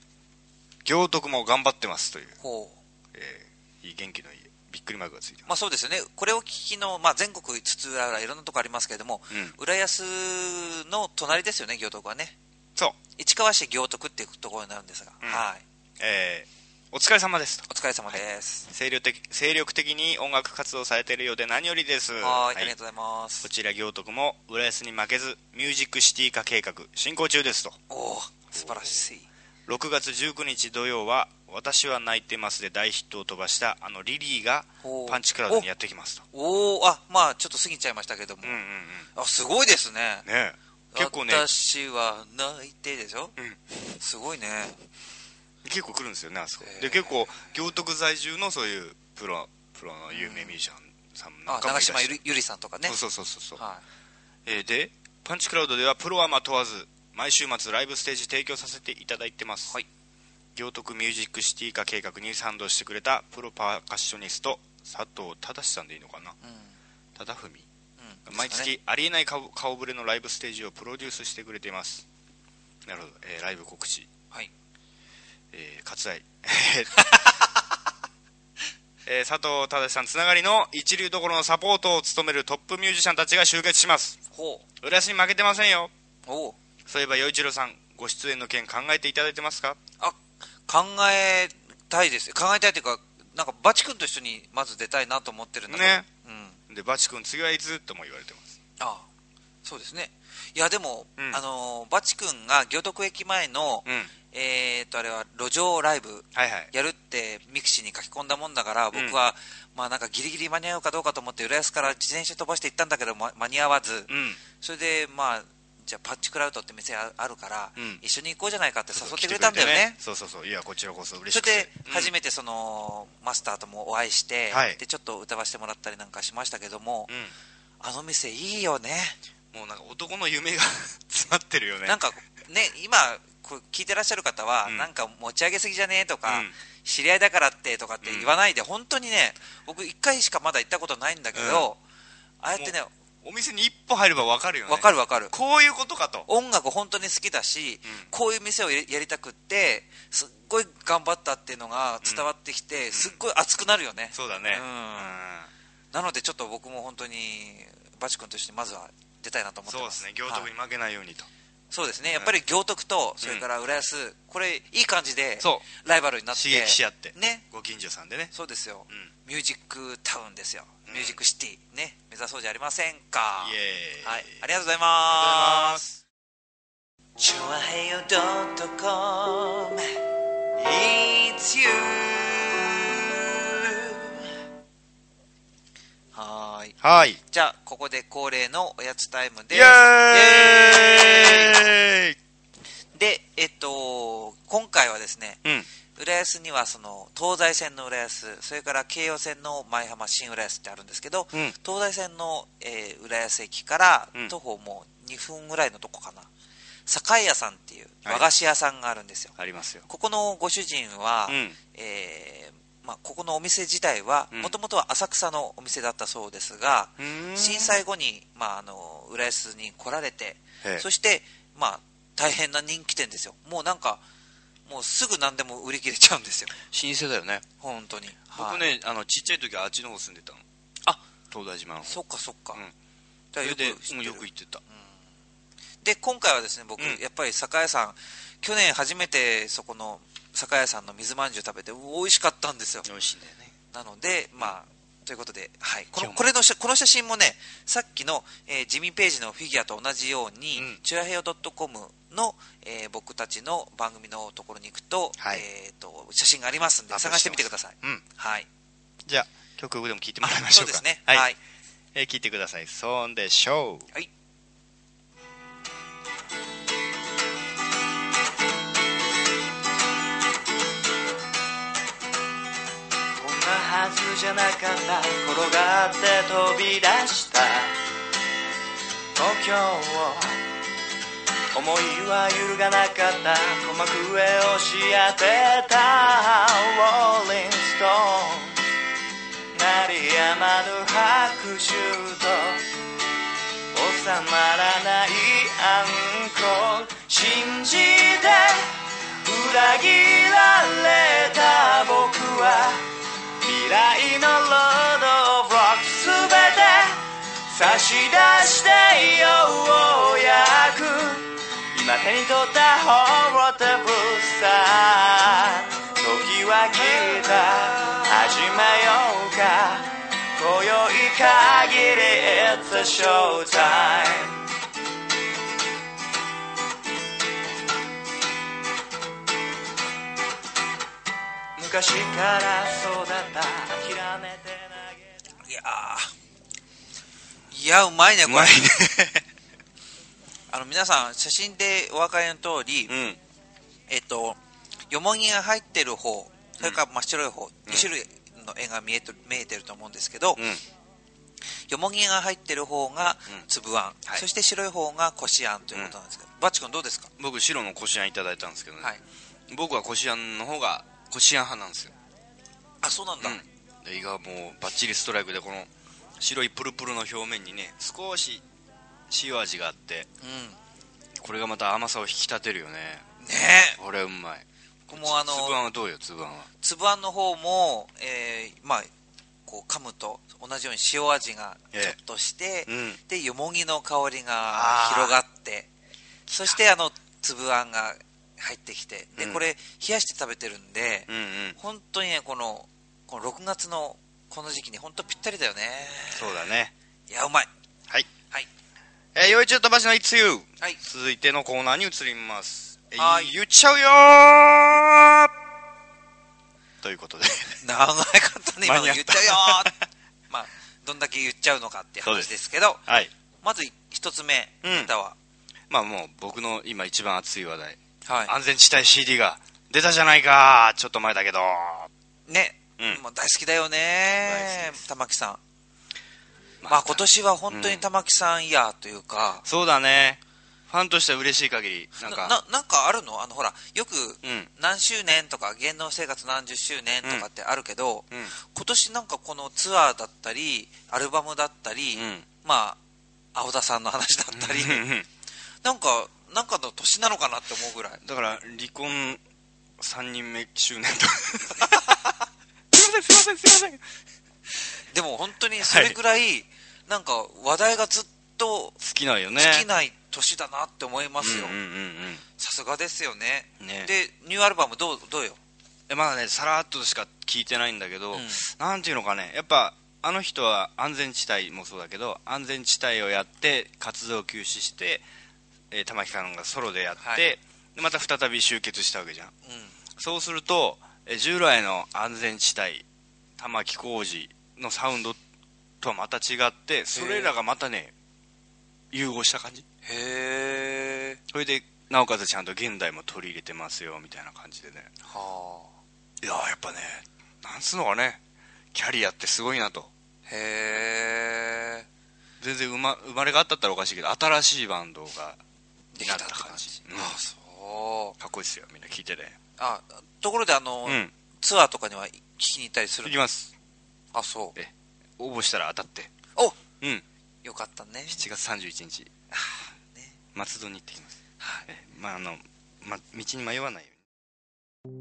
[SPEAKER 3] 行徳も頑張ってますという、
[SPEAKER 5] ほ
[SPEAKER 3] えーいい元気のいいびっくりマークがついて
[SPEAKER 5] う
[SPEAKER 3] ま
[SPEAKER 5] まあそうですよねこれを聞きの、まあ、全国津々浦々いろんなとこありますけれども、
[SPEAKER 3] うん
[SPEAKER 5] 浦安の隣ですよね行徳はね
[SPEAKER 3] すそう
[SPEAKER 5] 市川市行徳っていうところになるんですが、
[SPEAKER 3] うん
[SPEAKER 5] はい
[SPEAKER 3] えーお疲れ様ですと
[SPEAKER 5] お疲れ様です、
[SPEAKER 3] 精力的精力的に音楽活動されているようで何よりです
[SPEAKER 5] はい、ありがとうございます
[SPEAKER 3] こ。ちら行徳も浦安に負けずミュージックシティ化計画進行中ですと
[SPEAKER 5] おおー、素晴らしい。
[SPEAKER 3] 6月19日土曜は「私は泣いてます」で大ヒットを飛ばしたあのリリーが
[SPEAKER 5] お
[SPEAKER 3] パンチクラウドにやってきますと
[SPEAKER 5] おお、あ、まあちょっと過ぎちゃいましたけども、
[SPEAKER 3] うんうんうん
[SPEAKER 5] あ、すごいですね。
[SPEAKER 3] ねえ結構ね
[SPEAKER 5] 私は泣いてでしょ。
[SPEAKER 3] うん
[SPEAKER 5] すごいね。
[SPEAKER 3] 結構来るんですよねあそこ
[SPEAKER 5] へえ
[SPEAKER 3] で結構行徳在住のそういうプロプロの有名ミュージシャンさんな
[SPEAKER 5] あ
[SPEAKER 3] ん、かもいら
[SPEAKER 5] 長
[SPEAKER 3] っしゃ
[SPEAKER 5] 島
[SPEAKER 3] る
[SPEAKER 5] ゆりゆりさんとかね。
[SPEAKER 3] そうそうそうそう、
[SPEAKER 5] は
[SPEAKER 3] えーでパンチクラウドではプロアマ問わず毎週末ライブステージ提供させていただいてます、
[SPEAKER 5] はい。
[SPEAKER 3] 行徳ミュージックシティ化計画に賛同してくれたプロパーカッショニスト佐藤忠さんでいいのかない
[SPEAKER 5] うん。
[SPEAKER 3] 忠文
[SPEAKER 5] うん
[SPEAKER 3] 毎
[SPEAKER 5] そうね
[SPEAKER 3] 月ありえない顔顔ぶれのライブステージをプロデュースしてくれていますなるほど、えーライブ告知
[SPEAKER 5] はい
[SPEAKER 3] えー割愛 [LAUGHS] えー佐藤忠さんつながりの一流どころのサポートを務めるトップミュージシャンたちが集結します
[SPEAKER 5] ほ
[SPEAKER 3] 浦安に負けてませんよ
[SPEAKER 5] う。おお。
[SPEAKER 3] そういえば陽一郎さんご出演の件考えていただいてますか
[SPEAKER 5] あ、考えたいです。考えたいというか、なんかバチ君と一緒にまず出たいなと思ってるんだけど。
[SPEAKER 3] ね。
[SPEAKER 5] うん。
[SPEAKER 3] でバチ君次はいつとも言われてます
[SPEAKER 5] ああそうですねいやでも、
[SPEAKER 3] うん
[SPEAKER 5] あのーバチ君が行徳駅前の、
[SPEAKER 3] うん
[SPEAKER 5] えーっとあれは路上ライブ
[SPEAKER 3] はいはい
[SPEAKER 5] やるってミクシーに書き込んだもんだから僕は、まあなんかギリギリ間に合うかどうかと思って浦安から自転車飛ばして行ったんだけど、ま間に合わず、
[SPEAKER 3] うん
[SPEAKER 5] それでまあじゃあパッチクラウドって店ああるから、
[SPEAKER 3] うん
[SPEAKER 5] 一緒に行こうじゃないかって誘ってくれたんだよね
[SPEAKER 3] そうそうそういやこちらこそ嬉
[SPEAKER 5] そ
[SPEAKER 3] し
[SPEAKER 5] れ
[SPEAKER 3] くて
[SPEAKER 5] で
[SPEAKER 3] うん
[SPEAKER 5] 初めてその、マスターともお会いして、
[SPEAKER 3] はい
[SPEAKER 5] でちょっと歌わせてもらったりなんかしましたけども、
[SPEAKER 3] うん
[SPEAKER 5] あの店いいよね
[SPEAKER 3] もうなんか男の夢が [LAUGHS] 詰まってるよね
[SPEAKER 5] なんかね、今、こう聞いてらっしゃる方は、
[SPEAKER 3] うん
[SPEAKER 5] なんか持ち上げすぎじゃねえとか、
[SPEAKER 3] うん
[SPEAKER 5] 知り合いだからってとかって言わないで、本当にね、僕、1回しかまだ行ったことないんだけど、ああやってね、
[SPEAKER 3] お店に一歩入ればわかるよね
[SPEAKER 5] わかるわかる
[SPEAKER 3] こういうことかと
[SPEAKER 5] 音楽本当に好きだし、こういう店をやりやりたくってすっごい頑張ったっていうのが伝わってきて、すっごい熱くなるよね
[SPEAKER 3] そうだね
[SPEAKER 5] うんなのでちょっと僕も本当にバチ君としてまずは出たいなと思って
[SPEAKER 3] そうで
[SPEAKER 5] ます
[SPEAKER 3] すね行徳に
[SPEAKER 5] はい
[SPEAKER 3] 負けないようにと、
[SPEAKER 5] そうですねやっぱり行徳とそれから浦安、これいい感じで
[SPEAKER 3] そ
[SPEAKER 5] ライバルになって
[SPEAKER 3] 刺激し合って
[SPEAKER 5] ね
[SPEAKER 3] ご近所さんでね
[SPEAKER 5] そうですよ、
[SPEAKER 3] うん
[SPEAKER 5] ミュージックタウンですよ、
[SPEAKER 3] うん
[SPEAKER 5] ミュージックシティね目指そうじゃありませんか
[SPEAKER 3] イエーイ
[SPEAKER 5] はい、ありがとうござい
[SPEAKER 3] ありがとうござい
[SPEAKER 5] ま
[SPEAKER 3] ますす
[SPEAKER 2] チョアヘヨドットコム It's you
[SPEAKER 5] はーい
[SPEAKER 3] はい
[SPEAKER 5] じゃあここで恒例のおやつタイム
[SPEAKER 3] イ
[SPEAKER 5] で
[SPEAKER 3] エーイ
[SPEAKER 5] すイエーイでえっと今回はですね
[SPEAKER 3] うん
[SPEAKER 5] 浦安にはその東西線の浦安それから京葉線の舞浜新浦安ってあるんですけど、
[SPEAKER 3] うん
[SPEAKER 5] 東西線の、えー浦安駅から
[SPEAKER 3] うん
[SPEAKER 5] 徒歩もう2分ぐらいのとこかな酒屋さんっていう和菓子屋さんがあるんですよ、
[SPEAKER 3] ありますよ
[SPEAKER 5] ここのご主人は、
[SPEAKER 3] うん
[SPEAKER 5] えーまあ、ここのお店自体は
[SPEAKER 3] うん
[SPEAKER 5] もともとは浅草のお店だったそうですが、
[SPEAKER 3] うーん
[SPEAKER 5] 震災後に、まあ、あの浦安に来られて
[SPEAKER 3] ええ
[SPEAKER 5] そして、まあ、大変な人気店ですよもうなんかもうすぐ何でも売り切れちゃうんですよ
[SPEAKER 3] 老舗だよね
[SPEAKER 5] 本当に
[SPEAKER 3] 僕
[SPEAKER 5] はい
[SPEAKER 3] ねあのちっちゃい時はあっちの方住んでたの
[SPEAKER 5] あ
[SPEAKER 3] 東大島の方
[SPEAKER 5] そっかそっか、
[SPEAKER 3] うん
[SPEAKER 5] だから
[SPEAKER 3] それ
[SPEAKER 5] よ
[SPEAKER 3] で
[SPEAKER 5] く知って
[SPEAKER 3] うん
[SPEAKER 5] る
[SPEAKER 3] よく行ってた
[SPEAKER 5] で今回はですね僕、
[SPEAKER 3] うん
[SPEAKER 5] やっぱり酒屋さん去年初めてそこの酒屋さんの水まんじゅう食べて美味しかったんですよ
[SPEAKER 3] 美味しいんだよね
[SPEAKER 5] なのでまあということで、はい、こ
[SPEAKER 3] 今日
[SPEAKER 5] の
[SPEAKER 3] も
[SPEAKER 5] これのしこの写真もねさっきの、えージミー・ページのフィギュアと同じように、
[SPEAKER 3] うん
[SPEAKER 5] チュアヘヨ .com の、えー僕たちの番組のところに行くと,、
[SPEAKER 3] はい
[SPEAKER 5] えー、と写真がありますんで
[SPEAKER 3] アップしてます
[SPEAKER 5] 探してみてください、
[SPEAKER 3] うん
[SPEAKER 5] はい、
[SPEAKER 3] じゃあ曲でも聴いて
[SPEAKER 5] あ
[SPEAKER 3] もらいまし
[SPEAKER 5] そ
[SPEAKER 3] ょう
[SPEAKER 5] うで
[SPEAKER 3] か
[SPEAKER 5] すね
[SPEAKER 3] はい、
[SPEAKER 5] はい
[SPEAKER 3] えー聴いてくださいそんでしょう
[SPEAKER 5] はい
[SPEAKER 1] こんなはずじゃなかった転がって飛び出した東京を思いは揺るがなかった鼓膜上を仕当てたローリングストーン鳴りやまぬ拍手と収まらないアンコール信じて裏切られた僕は未来のロード・オブ・ロックすべて差し出してようやく今手に取ったホロテブルさ時は来た始めようか今宵限り It's a showtime 昔からそうだった諦めて投げ
[SPEAKER 5] いやーいやうまいねこれ
[SPEAKER 3] うまいね
[SPEAKER 5] あの皆さん写真でお分かりの通り、
[SPEAKER 3] うん
[SPEAKER 5] えっとよもぎが入ってる方それから真っ白い方、2種類の絵が見えと見えてると思うんですけど、
[SPEAKER 3] うん
[SPEAKER 5] よもぎが入ってる方が
[SPEAKER 3] うん
[SPEAKER 5] つぶあん、
[SPEAKER 3] はい
[SPEAKER 5] そして白い方がこしあんということなんですけど、バッチ君どうですか、
[SPEAKER 3] 僕白のこしあんいただいたんですけどね、
[SPEAKER 5] はい、
[SPEAKER 3] 僕はこしあんの方がこしあん派なんですよ、
[SPEAKER 5] あそうなんだ、
[SPEAKER 3] うん、で胃がもうバッチリストライクでこの白いプルプルの表面にね少し塩味があってこれがまた甘さを引き立てるよね
[SPEAKER 5] ねえ
[SPEAKER 3] これうまい
[SPEAKER 5] 僕もあの
[SPEAKER 3] つぶあんはどうよつぶあんは
[SPEAKER 5] つぶあんの方も、えーまあこう噛むと同じように塩味がちょっとし
[SPEAKER 3] え
[SPEAKER 5] て、
[SPEAKER 3] えうん
[SPEAKER 5] でよもぎの香りが広がってそしてあのつぶあんが入ってきてで、
[SPEAKER 3] うん
[SPEAKER 5] これ冷やして食べてるんで、
[SPEAKER 3] うんうん
[SPEAKER 5] 本当にねこのこの6月のこの時期に本当ぴったりだよね
[SPEAKER 3] そうだね
[SPEAKER 5] いやうまい
[SPEAKER 3] はい
[SPEAKER 5] はい
[SPEAKER 3] えー、よいちゅうとばしのいつゆ
[SPEAKER 5] はい
[SPEAKER 3] 続いてのコーナーに移りますえー
[SPEAKER 5] はい
[SPEAKER 3] 言っちゃうよーということで
[SPEAKER 5] 長かった [LAUGHS] ね今の
[SPEAKER 3] 間に合
[SPEAKER 5] 言
[SPEAKER 3] っ
[SPEAKER 5] ったちゃうよー
[SPEAKER 3] [LAUGHS]
[SPEAKER 5] まあどんだけ言っちゃうのかっていう話ですけど
[SPEAKER 3] はい
[SPEAKER 5] まず一つ目
[SPEAKER 3] うん
[SPEAKER 5] ネタは、
[SPEAKER 3] まあもう僕の今一番熱い話題
[SPEAKER 5] はい
[SPEAKER 3] 安全地帯 CD が出たじゃないかちょっと前だけど
[SPEAKER 5] ね、
[SPEAKER 3] うん
[SPEAKER 5] もう大好きだよ
[SPEAKER 3] 大
[SPEAKER 5] ね
[SPEAKER 3] 好きで
[SPEAKER 5] 玉木さんまあ今年は本当に玉木さんイヤーというか、
[SPEAKER 3] そうだねファンとしては嬉しい限りなん
[SPEAKER 5] な
[SPEAKER 3] か
[SPEAKER 5] ななんかあるのあのほらよく
[SPEAKER 3] うん
[SPEAKER 5] 何周年とか芸能生活何十周年とかってあるけど、
[SPEAKER 3] うん
[SPEAKER 5] 今年なんかこのツアーだったりアルバムだったり、
[SPEAKER 3] うん
[SPEAKER 5] まあ青田さんの話だったりなんかなんかの年なのかなって思うぐらい
[SPEAKER 3] [LAUGHS] だから離婚3人目周年 [LAUGHS] と [LAUGHS]
[SPEAKER 5] でも本当にそれぐらい、なんか話題がずっと
[SPEAKER 3] 尽きないよね
[SPEAKER 5] 尽きない年だなって思いますよ
[SPEAKER 3] うんうんうん
[SPEAKER 5] さすがですよね
[SPEAKER 3] うんね
[SPEAKER 5] でニューアルバムどうどうよ
[SPEAKER 3] でまだねさらっとしか聞いてないんだけど、
[SPEAKER 5] うん
[SPEAKER 3] なんていうのかねやっぱあの人は安全地帯もそうだけど安全地帯をやって活動を休止して、えー玉木香音がソロでやって、
[SPEAKER 5] はい
[SPEAKER 3] でまた再び集結したわけじゃん
[SPEAKER 5] うん
[SPEAKER 3] そうすると、えー従来の安全地帯玉置浩二のサウンドとはまた違ってそれらがまたね融合した感じ
[SPEAKER 5] へえ
[SPEAKER 3] それでなおかつちゃんと現代も取り入れてますよみたいな感じでね
[SPEAKER 5] はい
[SPEAKER 3] やーやっぱねなんつうのかねキャリアってすごいなと
[SPEAKER 5] あへえ
[SPEAKER 3] 全然生ま生まれ変わったったらおかしいけど新しいバンドが
[SPEAKER 5] できたって
[SPEAKER 3] なった
[SPEAKER 5] 感
[SPEAKER 3] 感
[SPEAKER 5] じ
[SPEAKER 3] じ、
[SPEAKER 5] ああそう
[SPEAKER 3] かっこいいっすよみんな聞いてね
[SPEAKER 5] あところであの、
[SPEAKER 3] うん
[SPEAKER 5] ツアーとかには聞きに行ったりする
[SPEAKER 3] 行きます
[SPEAKER 5] あそう
[SPEAKER 3] え応募したら当たって
[SPEAKER 5] お
[SPEAKER 3] うん
[SPEAKER 5] よかったね
[SPEAKER 3] 7月31日、
[SPEAKER 5] ね
[SPEAKER 3] 松戸に行ってきます、えまああの、ま、道に迷わないように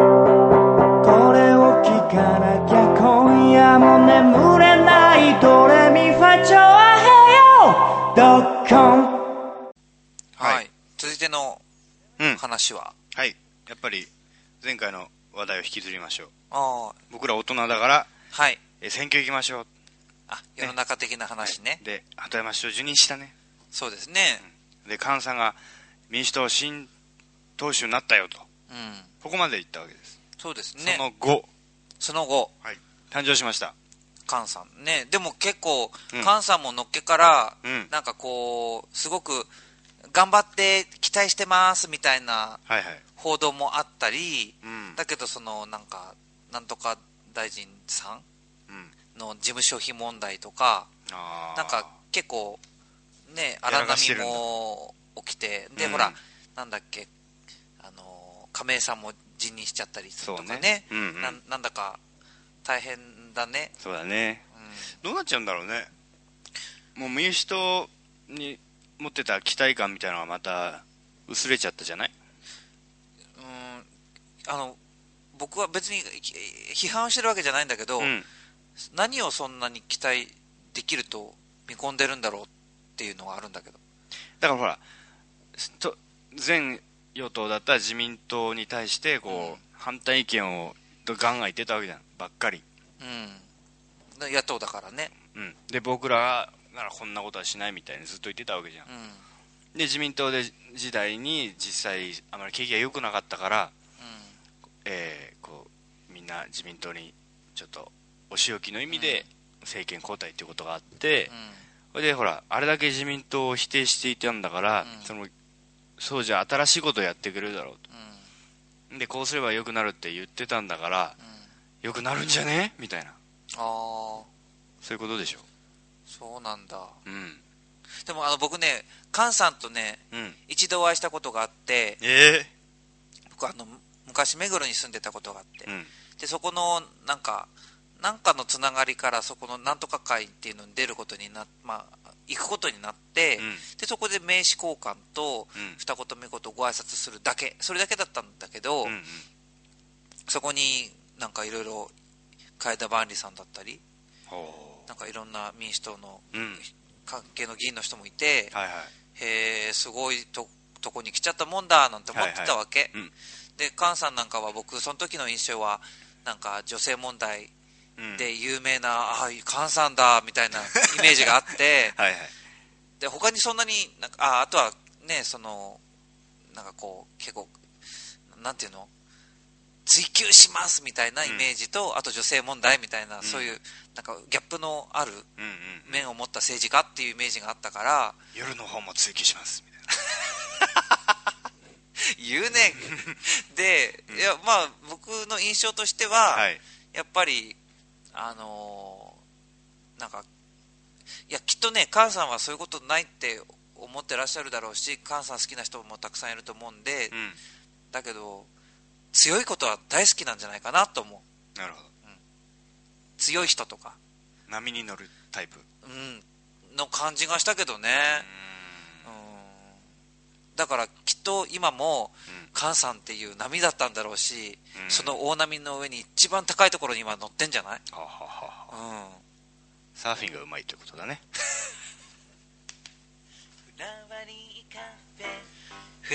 [SPEAKER 1] これを聞かなきゃ今夜も眠れないドレミファチョアヘヨドッコン
[SPEAKER 5] はい、
[SPEAKER 3] はい
[SPEAKER 5] 続いての
[SPEAKER 3] うん
[SPEAKER 5] 話は、
[SPEAKER 3] はいやっぱり前回の話題を引きずりましょう
[SPEAKER 5] ああ
[SPEAKER 3] 僕ら大人だから
[SPEAKER 5] はい
[SPEAKER 3] え選挙行きましょう
[SPEAKER 5] あ世の中的な話ね
[SPEAKER 3] で鳩山市長辞任したね
[SPEAKER 5] そうですね
[SPEAKER 3] で菅さんが民主党新党首になったよと
[SPEAKER 5] うん、
[SPEAKER 3] ここまで言ったわけです、
[SPEAKER 5] そうですね
[SPEAKER 3] その後、
[SPEAKER 5] その後
[SPEAKER 3] はい、誕生しました
[SPEAKER 5] 菅さんねでも結構、
[SPEAKER 3] うん
[SPEAKER 5] 菅さんものっけから、
[SPEAKER 3] うん
[SPEAKER 5] なんかこうすごく頑張って期待してますみたいな
[SPEAKER 3] はいはい
[SPEAKER 5] 報道もあったり、
[SPEAKER 3] うん
[SPEAKER 5] だけどそのなんかなんとか大臣さ
[SPEAKER 3] うん
[SPEAKER 5] んの事務所費問題とか
[SPEAKER 3] あー
[SPEAKER 5] なんか結構ね
[SPEAKER 3] やら
[SPEAKER 5] 荒
[SPEAKER 3] かして
[SPEAKER 5] 波
[SPEAKER 3] るんだ
[SPEAKER 5] も起きてで、
[SPEAKER 3] うん
[SPEAKER 5] ほらなんだっけあの亀井さんも辞任しちゃったりとか
[SPEAKER 3] そう
[SPEAKER 5] ね
[SPEAKER 3] ねうんうん
[SPEAKER 5] なんなんだか大変だね、
[SPEAKER 3] そうだね
[SPEAKER 5] う
[SPEAKER 3] ど
[SPEAKER 5] ん
[SPEAKER 3] うなっちゃうんだろうねもう民主党に持ってた期待感みたいなのがまた薄れちゃったじゃない
[SPEAKER 5] うんあの僕は別にき批判してるわけじゃないんだけど、
[SPEAKER 3] うん
[SPEAKER 5] 何をそんなに期待できると見込んでるんだろうっていうのがあるんだけど
[SPEAKER 3] だからほらと前与党だった自民党に対してこう、
[SPEAKER 5] うん
[SPEAKER 3] 反対意見をガンガン言ってたわけじゃんばっかり、
[SPEAKER 5] うん野党だからね
[SPEAKER 3] うん、で僕らならこんなことはしないみたいにずっと言ってたわけじゃん
[SPEAKER 5] うん、うん、
[SPEAKER 3] で自民党で時代に実際あまり景気が良くなかったから、えーこうみんな自民党にちょっとお仕置きの意味で政権交代っていうことがあって、
[SPEAKER 5] うん
[SPEAKER 3] それでほらあれだけ自民党を否定していたんだから、
[SPEAKER 5] うん
[SPEAKER 3] そのそうじゃ新しいことをやってくれるだろう
[SPEAKER 5] うん
[SPEAKER 3] とでこうすれば良くなるって言ってたんだから
[SPEAKER 5] うん
[SPEAKER 3] 良くなるんじゃねみたいな
[SPEAKER 5] ああ
[SPEAKER 3] そういうことでしょ
[SPEAKER 5] そうなんだ
[SPEAKER 3] うん
[SPEAKER 5] でもあの僕ね菅さんとね
[SPEAKER 3] うん
[SPEAKER 5] 一度お会いしたことがあって
[SPEAKER 3] え
[SPEAKER 5] 僕あの昔目黒に住んでたことがあって、
[SPEAKER 3] うん
[SPEAKER 5] でそこのなんかなんかのつながりからそこのなんとか会っていうのに出ることになまあ行くことになって、
[SPEAKER 3] うん
[SPEAKER 5] でそこで名刺交換と
[SPEAKER 3] うん
[SPEAKER 5] 二言三言ご挨拶するだけそれだけだったんだけど、
[SPEAKER 3] うんうん
[SPEAKER 5] そこになんかいろいろ楓田万里さんだったり
[SPEAKER 3] ほ
[SPEAKER 5] なんかいろんな民主党の
[SPEAKER 3] ううん
[SPEAKER 5] 関係の議員の人もいて、
[SPEAKER 3] はいはい
[SPEAKER 5] へえすごいととこに来ちゃったもんだなんて思ってたわけ、
[SPEAKER 3] はいうん
[SPEAKER 5] で菅さんなんかは僕その時の印象はなんか女性問題
[SPEAKER 3] うん
[SPEAKER 5] で有名な、ああ菅さんだみた [LAUGHS] いなイメージがあって
[SPEAKER 3] はいはい
[SPEAKER 5] で他にそんなになんかああとはねそのなんかこう結構なんていうの追求しますみたいなイメージと、あと女性問題みたいな、そういうなんかギャップのある
[SPEAKER 3] うんうん
[SPEAKER 5] 面を持った政治家っていうイメージがあったから
[SPEAKER 3] 夜の方も追求しますみたいな
[SPEAKER 5] 言 [LAUGHS] うねで、いやまあ僕の印象としては、
[SPEAKER 3] はい
[SPEAKER 5] やっぱりあのーなんかいやきっとね菅さんはそういうことないって思ってらっしゃるだろうし菅さん好きな人もたくさんいると思うんで、
[SPEAKER 3] うん
[SPEAKER 5] だけど強いことは大好きなんじゃないかなと思う
[SPEAKER 3] なるほど
[SPEAKER 5] 強い人とか
[SPEAKER 3] 波に乗るタイプ
[SPEAKER 5] うん、の感じがしたけどね、うん、だからきっと今も
[SPEAKER 3] うん
[SPEAKER 5] 菅さんっていう波だったんだろうし、
[SPEAKER 3] うん
[SPEAKER 5] その大波の上に一番高いところに今乗ってんじゃない、
[SPEAKER 3] ははは
[SPEAKER 5] うん、
[SPEAKER 3] サーフィンがうまいということだね
[SPEAKER 2] フラワリーカフェフ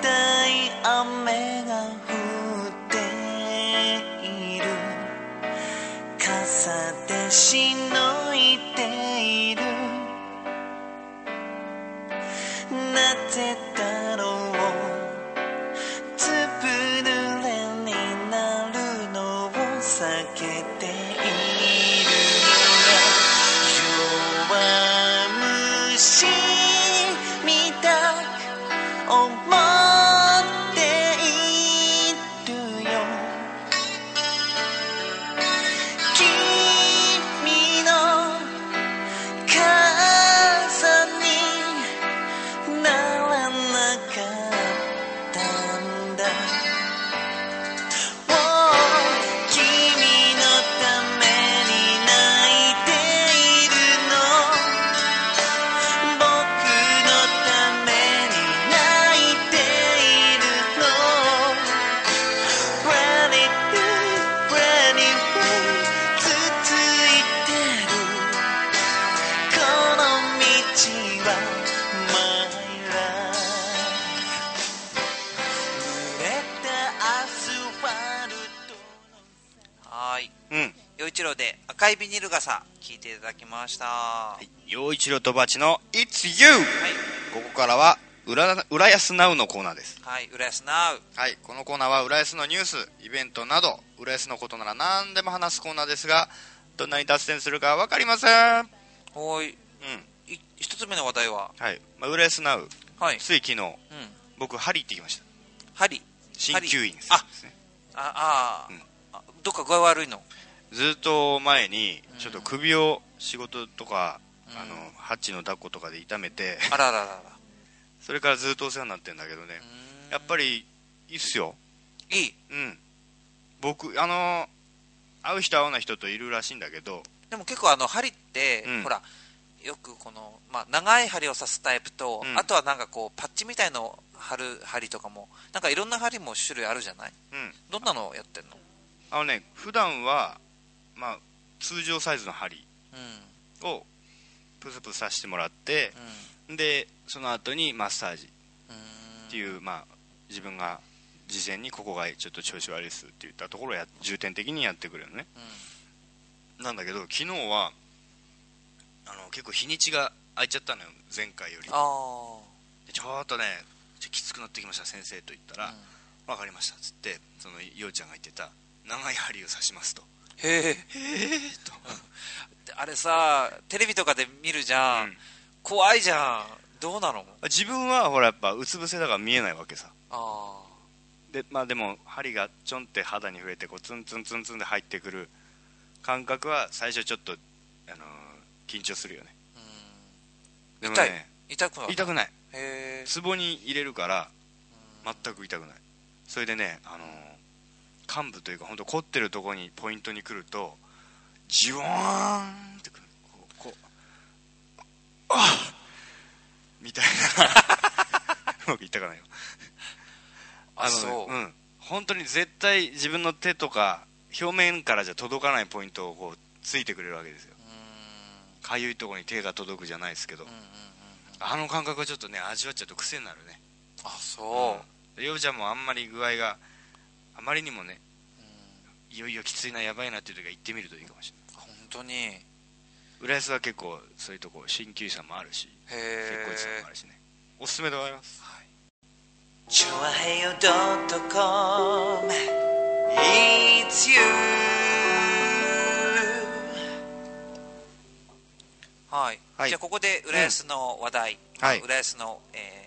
[SPEAKER 1] たい雨が降っている傘でしのいでいるなぜだろうつぶ濡れになるのを避けている弱虫みたく思っているよ君の傘にならなかったんだ「君のために泣いているの」「僕のために泣いているの」「Ready, ready, ready つついてる」「この道は My life」濡れたアスファルトの
[SPEAKER 5] はーい
[SPEAKER 3] うん
[SPEAKER 5] 陽一郎で赤いビニール傘聞いていただきました、はい
[SPEAKER 3] 陽一郎とバチの「It's You」ここからは浦浦安ナウのコーナーです
[SPEAKER 5] はい、浦安ナウ
[SPEAKER 3] はいこのコーナーは浦安のニュースイベントなど浦安のことなら何でも話すコーナーですがどんなに脱線するか分かりませんうん
[SPEAKER 5] ほーいい一つ目の話題は
[SPEAKER 3] はい、まあ、浦安ナウ
[SPEAKER 5] はい、
[SPEAKER 3] つい昨日
[SPEAKER 5] うん、
[SPEAKER 3] 僕ハリー行ってきました
[SPEAKER 5] 針
[SPEAKER 3] 鍼灸院さ
[SPEAKER 5] あ
[SPEAKER 3] んですね
[SPEAKER 5] ああー、
[SPEAKER 3] うん
[SPEAKER 5] あどっか具合悪いの
[SPEAKER 3] ずっと前にちょっと首を仕事とか、
[SPEAKER 5] うん
[SPEAKER 3] あのハッチの抱っことかで痛めて [LAUGHS]
[SPEAKER 5] あらららら
[SPEAKER 3] それからずっとお世話になってるんだけどね
[SPEAKER 5] う
[SPEAKER 3] やっぱりいいっすよ
[SPEAKER 5] ーんいい
[SPEAKER 3] うん僕あのー会う人会わない人といるらしいんだけど
[SPEAKER 5] でも結構あの針って、
[SPEAKER 3] うん
[SPEAKER 5] ほらよくこの、まあ、長い針を刺すタイプと、
[SPEAKER 3] うん
[SPEAKER 5] あとはなんかこうパッチみたいのを貼る針とかもなんかいろんな針も種類あるじゃない
[SPEAKER 3] うん
[SPEAKER 5] どんなのやってんの
[SPEAKER 3] あのね普段はまあ通常サイズの針
[SPEAKER 5] うん
[SPEAKER 3] をプスプスさせてもらってでその後にマッサージ
[SPEAKER 5] うんうん
[SPEAKER 3] っていう、まあ自分が事前にここがちょっと調子悪いですって言ったところをや重点的にやってくれるのねなんだけど昨日はあの結構日にちが空いちゃったのよ前回より
[SPEAKER 5] ああ
[SPEAKER 3] でちょっとねちょきつくなってきました先生と言ったら、分かりましたっつってそのようちゃんが言ってた長い針を刺しますと
[SPEAKER 5] へえあれさテレビとかで見るじゃ
[SPEAKER 3] う
[SPEAKER 5] ん、
[SPEAKER 3] ん
[SPEAKER 5] 怖いじゃんどうなの
[SPEAKER 3] 自分はほらやっぱうつ伏せだから見えないわけさ
[SPEAKER 5] あ
[SPEAKER 3] でまあでも針がちょんって肌に触れてこうツンツンツンツンで入ってくる感覚は最初ちょっと、あのー緊張するよね
[SPEAKER 5] あ、う
[SPEAKER 3] でも
[SPEAKER 5] 痛い
[SPEAKER 3] ね
[SPEAKER 5] ん、痛くなる
[SPEAKER 3] 痛くない
[SPEAKER 5] へえ
[SPEAKER 3] ツボに入れるから全く痛くないそれでね、あのー幹部というか本当凝ってるところにポイントに来るとジュワーンってくるこうこうあっみたい [LAUGHS] なうまくいったかなよ
[SPEAKER 5] あそう、
[SPEAKER 3] ん、本当に絶対自分の手とか表面からじゃ届かないポイントをこうついてくれるわけですよ
[SPEAKER 5] うん
[SPEAKER 3] かゆいところに手が届くじゃないですけど、
[SPEAKER 5] うんうんうん
[SPEAKER 3] あの感覚はちょっとね味わっちゃうと癖になるね
[SPEAKER 5] あそう、
[SPEAKER 3] うんようちゃんもあんまり具合があまりにもねいよいよきついなやばいなっていう時は行ってみるといいかもしれない
[SPEAKER 5] 本当にへ
[SPEAKER 3] 浦安は結構そういうとこ鍼灸師さんもあるし
[SPEAKER 5] え
[SPEAKER 3] 結婚師さんもあるしねおすすめでございます
[SPEAKER 2] チョアヘヨドットコム It's you
[SPEAKER 5] はい、
[SPEAKER 3] はい
[SPEAKER 5] じゃあここで浦安の話題、
[SPEAKER 3] はい
[SPEAKER 5] 浦安の、えー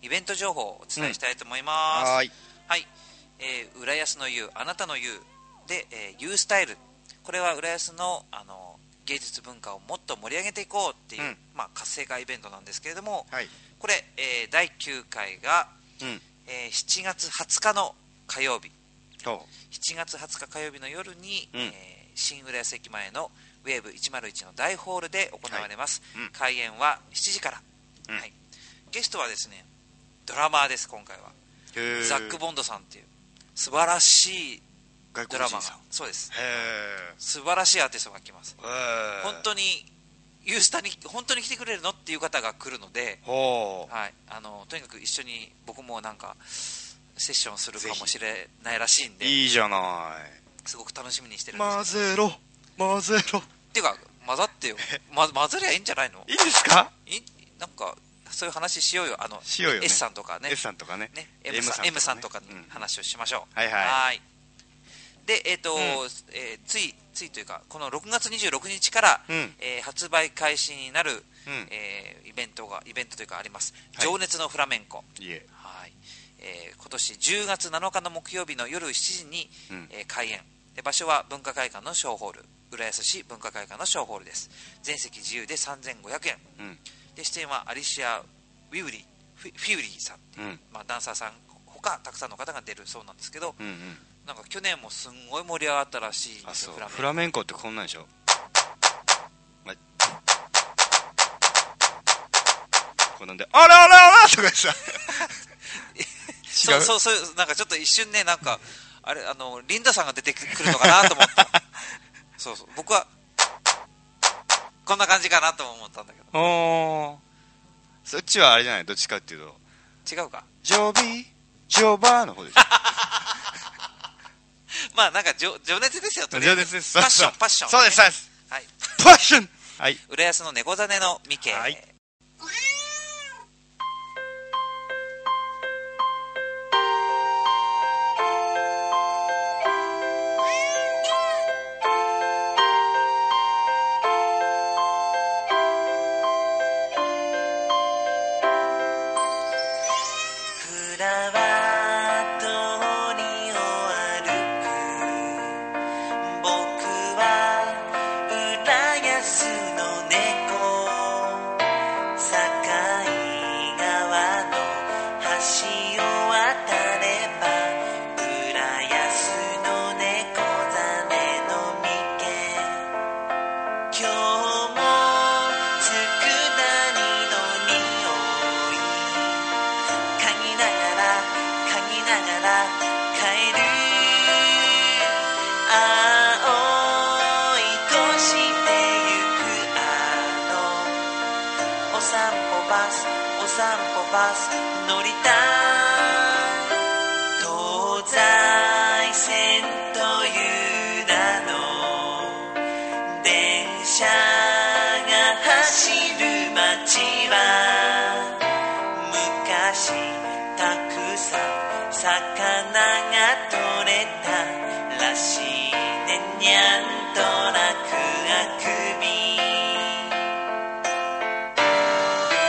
[SPEAKER 5] イベント情報をお伝えしたいと思います、
[SPEAKER 3] はーい
[SPEAKER 5] はい、えー浦安の湯あなたの湯で、えー、湯スタイルこれは浦安のあの芸術文化をもっと盛り上げていこうっていう、
[SPEAKER 3] うん
[SPEAKER 5] まあ、活性化イベントなんですけれども、
[SPEAKER 3] はい
[SPEAKER 5] これ、えー第9回が、
[SPEAKER 3] うん
[SPEAKER 5] えー7月20日の火曜日
[SPEAKER 3] そ
[SPEAKER 5] 7月20日火曜日の夜に、
[SPEAKER 3] うん
[SPEAKER 5] えー新浦安駅前のウェーブ101の大ホールで行われます、
[SPEAKER 3] はいうん
[SPEAKER 5] 開演は7時から、
[SPEAKER 3] うん
[SPEAKER 5] はい、ゲストはですねドラマーです今回は
[SPEAKER 3] うへー
[SPEAKER 5] ザック・ボンドさんっていう素晴らしい
[SPEAKER 3] 外
[SPEAKER 5] ド
[SPEAKER 3] 国
[SPEAKER 5] ラマ
[SPEAKER 3] 人
[SPEAKER 5] が
[SPEAKER 3] さんへ
[SPEAKER 5] そうです
[SPEAKER 3] え
[SPEAKER 5] 素晴らしいアーティストが来ます本
[SPEAKER 3] 本
[SPEAKER 5] 当にユースタに本当に来てくれるのっていう方が来るので、
[SPEAKER 3] ほう
[SPEAKER 5] はい、あのとにかく一緒に僕もなんかセッションするかもしれないらしいんで
[SPEAKER 3] いいじゃな
[SPEAKER 5] すごく楽しみにしてる
[SPEAKER 3] い
[SPEAKER 5] んですけど
[SPEAKER 3] 混ぜろ混ぜろ
[SPEAKER 5] っていうか混
[SPEAKER 3] [LAUGHS]
[SPEAKER 5] ざってよ、ま、混ざりゃいいんじゃないの
[SPEAKER 3] いいですか
[SPEAKER 5] いなんかそういう話しようよあの
[SPEAKER 3] しようよね
[SPEAKER 5] S さんとかね
[SPEAKER 3] S さんとかね
[SPEAKER 5] ね M さん M さんとかに
[SPEAKER 3] うん
[SPEAKER 5] 話をしましょう、
[SPEAKER 3] はいはい
[SPEAKER 5] ーいでえっ、と、
[SPEAKER 3] ん
[SPEAKER 5] えーついついというかこの6月26日から、
[SPEAKER 3] うん
[SPEAKER 5] えー発売開始になる、
[SPEAKER 3] うん
[SPEAKER 5] えーイベントがイベントというかあります、
[SPEAKER 3] はい
[SPEAKER 5] 情熱のフラメンコ
[SPEAKER 3] いえ
[SPEAKER 5] はい、えー今年10月7日の木曜日の夜7時に、
[SPEAKER 3] うん
[SPEAKER 5] えー開演で場所は文化会館の小ホール浦安市文化会館の小ホールです全席自由で3500円
[SPEAKER 3] うん
[SPEAKER 5] で出演はアリシア・ウィウリーフィフィウリーさんっていう、
[SPEAKER 3] うん
[SPEAKER 5] まあ、ダンサーさん他たくさんの方が出るそうなんですけど、
[SPEAKER 3] うんうん
[SPEAKER 5] なんか去年もすんごい盛り上がったらしい
[SPEAKER 3] あそう
[SPEAKER 5] フラメンコ
[SPEAKER 3] フラメンコってこんなんでしょまこんなんで「あらあらあら!」とか
[SPEAKER 5] [LAUGHS]
[SPEAKER 3] さ違
[SPEAKER 5] そう
[SPEAKER 3] う
[SPEAKER 5] そうそういうなんかちょっと一瞬ねなんかあれあのリンダさんが出てくるのかなと思った
[SPEAKER 3] [LAUGHS]
[SPEAKER 5] そうそう僕はこんな感じかなとも思ったんだけ
[SPEAKER 3] おーそっちはあれじゃないどっちかっていうと
[SPEAKER 5] ど違うか
[SPEAKER 3] 「ジョビージョバー」の方でしょ
[SPEAKER 5] まあなんか情情熱ですよとりあ
[SPEAKER 3] 情
[SPEAKER 5] え
[SPEAKER 3] 熱
[SPEAKER 5] ず
[SPEAKER 3] です
[SPEAKER 5] パッションパッション
[SPEAKER 3] そうですそうです
[SPEAKER 5] はい
[SPEAKER 3] パッションはい
[SPEAKER 5] 浦安の猫ザネのミケ、
[SPEAKER 3] はい
[SPEAKER 2] フラワー通りを歩く僕は浦安の猫境川の橋を渡れば浦安の猫ザメの池今日も佃煮の匂い嗅ぎながら嗅ぎながら帰る青いとしてゆくあのお散歩バスお散歩バス乗りたい東西線という名の電車が走る街は昔たくさん魚が取れたらしいねにゃんと楽あくび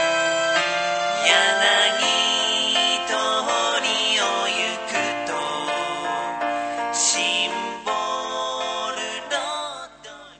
[SPEAKER 2] 柳通りを行くとシンボルロード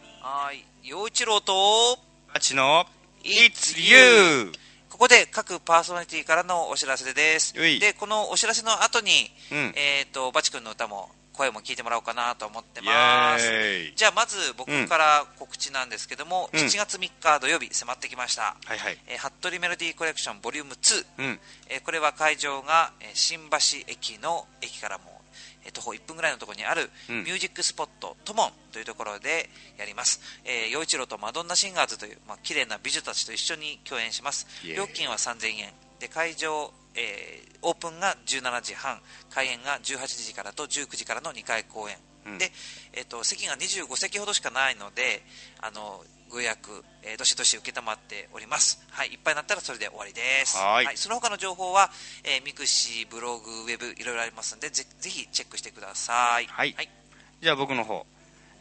[SPEAKER 2] に
[SPEAKER 5] はい陽一郎と
[SPEAKER 3] あっちの「
[SPEAKER 5] It's
[SPEAKER 3] It's You
[SPEAKER 5] ここで各パーソナリティからのお知らせです
[SPEAKER 3] うい
[SPEAKER 5] でこのお知らせの後に、
[SPEAKER 3] うん
[SPEAKER 5] えっ、とバチ君の歌も声も聞いてもらおうかなと思って」
[SPEAKER 3] イエ
[SPEAKER 5] ます
[SPEAKER 3] ーイ
[SPEAKER 5] じゃあまず僕から告知なんですけども、
[SPEAKER 3] うん
[SPEAKER 5] 7月3日土曜日迫ってきました、
[SPEAKER 3] はいはい
[SPEAKER 5] えー服部メロディーコレクションボリューム2、
[SPEAKER 3] うん
[SPEAKER 5] えーこれは会場が、えー新橋駅の駅からも、えー徒歩1分ぐらいのところにある
[SPEAKER 3] うん
[SPEAKER 5] ミュージックスポットトモンというところでやります、えー、陽一郎とマドンナシンガーズという、まあ綺麗な美女たちと一緒に共演します
[SPEAKER 3] イエーイ
[SPEAKER 5] 料金は3000円で会場、えーオープンが17時半開演が18時からと19時からの2回公演、
[SPEAKER 3] うん
[SPEAKER 5] で、えー、と席が25席ほどしかないのであのご予約、えーどしどし承っております、はい、いっぱいになったらそれで終わりです
[SPEAKER 3] はーい
[SPEAKER 5] その他の情報は、えーミクシーブログウェブいろいろありますのでぜぜひチェックしてください
[SPEAKER 3] はい
[SPEAKER 5] はい、
[SPEAKER 3] じゃあ僕の方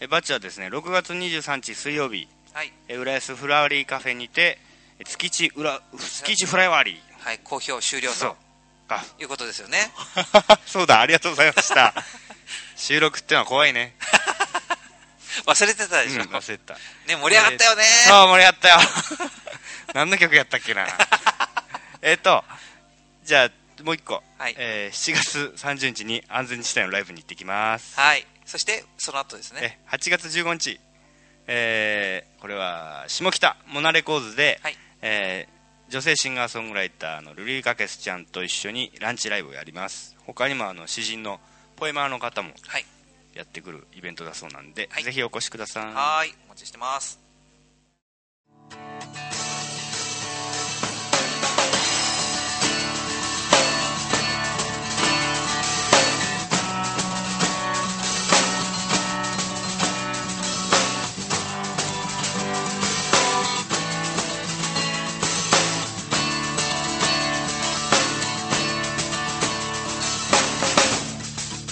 [SPEAKER 3] えバッチはですね6月23日水曜日
[SPEAKER 5] はい
[SPEAKER 3] え浦安フラワリーカフェにてえ月地裏月地フラワリー
[SPEAKER 5] はい好評終了
[SPEAKER 3] そう
[SPEAKER 5] と
[SPEAKER 3] あ
[SPEAKER 5] いうことですよね
[SPEAKER 3] [LAUGHS] そうだありがとうございました [LAUGHS] 収録ってのは怖いね、
[SPEAKER 5] 忘れてた
[SPEAKER 3] う
[SPEAKER 5] で
[SPEAKER 3] ん、
[SPEAKER 5] しょ、 [LAUGHS] ね
[SPEAKER 3] 忘れてた
[SPEAKER 5] 盛り上がったよね、
[SPEAKER 3] [LAUGHS] そう盛り上がったよ何の曲やったっけ
[SPEAKER 5] [LAUGHS]
[SPEAKER 3] なえっとじゃあもう一個、
[SPEAKER 5] はい
[SPEAKER 3] えー7月30日に安全地帯のライブに行ってきます
[SPEAKER 5] はいそしてその後ですね
[SPEAKER 3] え8月15日、えーこれは下北モナレコーズで、
[SPEAKER 5] はい
[SPEAKER 3] えー女性シンガーソングライターのルリー・カケスちゃんと一緒にランチライブをやります他にもあの詩人のポエマーの方も
[SPEAKER 5] はい
[SPEAKER 3] やってくるイベントだそうなんで、
[SPEAKER 5] はい
[SPEAKER 3] ぜひお越しください
[SPEAKER 5] はーいお待ちしてます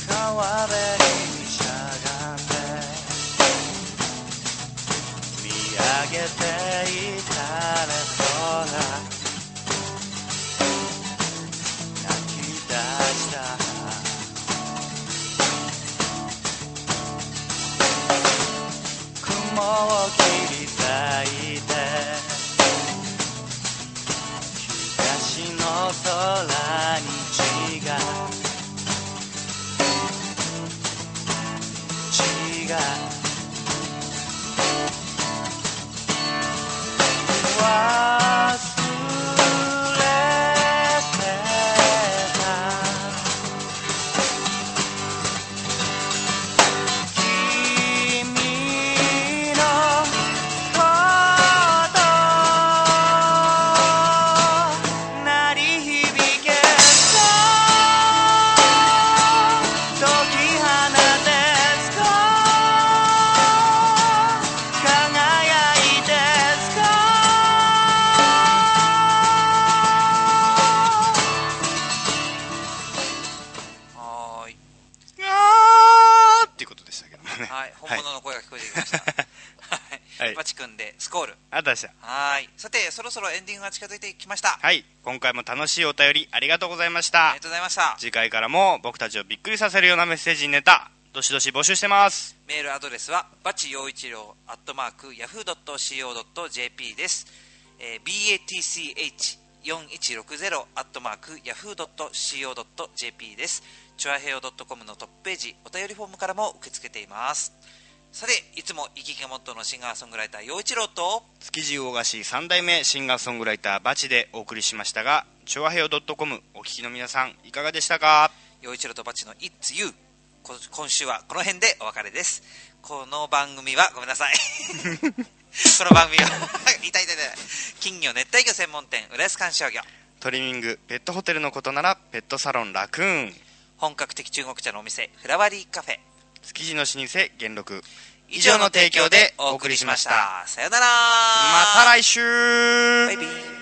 [SPEAKER 1] 川辺にしゃがんで見上げていたね空泣き出した雲を切り裂いて東の空に血が血が忘れてた君のこと鳴り響けそう解き放てすこう輝いてすこ
[SPEAKER 5] はーい
[SPEAKER 3] あーっていうことでしたけどもね
[SPEAKER 5] はい本物の声が聞こえてきま
[SPEAKER 3] [LAUGHS]
[SPEAKER 5] した、
[SPEAKER 3] は
[SPEAKER 5] はいい、バチ君でスコール
[SPEAKER 3] あたした
[SPEAKER 5] はーいさてそろそろエンディングが近づいてきました、
[SPEAKER 3] はい今回も楽しいお便りありがとうございまし
[SPEAKER 5] あ
[SPEAKER 3] た
[SPEAKER 5] りがとうございました
[SPEAKER 3] 次回からも僕たちをびっくりさせるようなメッセージネタどしどし募集してます
[SPEAKER 5] メールアドレスはバチ陽一郎アットマークヤフー .co.jp です、えー、BATCH4160 アットマークヤフー .co.jp ですチョアヘオ .com のトップページお便りフォームからも受け付けていますさていつも生き生きがモットーのシンガーソングライター陽一郎と
[SPEAKER 3] 築地大菓子3代目シンガーソングライターバチでお送りしましたが調和平ッ .com お聞きの皆さんいかがでしたか
[SPEAKER 5] 陽一郎とバチの「It's You」こ今週はこの辺でお別れですこの番組はごめん
[SPEAKER 3] [LAUGHS]
[SPEAKER 5] なさいこの番組は [LAUGHS] 痛い痛い痛い金魚熱帯魚専門店浦安観賞魚
[SPEAKER 3] トリミングペットホテルのことならペットサロンラクーン
[SPEAKER 5] 本格的中国茶のお店フラワリーカフェ
[SPEAKER 3] 築地の老舗元禄以上の提供でお送りしました
[SPEAKER 5] さよなら
[SPEAKER 3] また来週
[SPEAKER 5] バイビー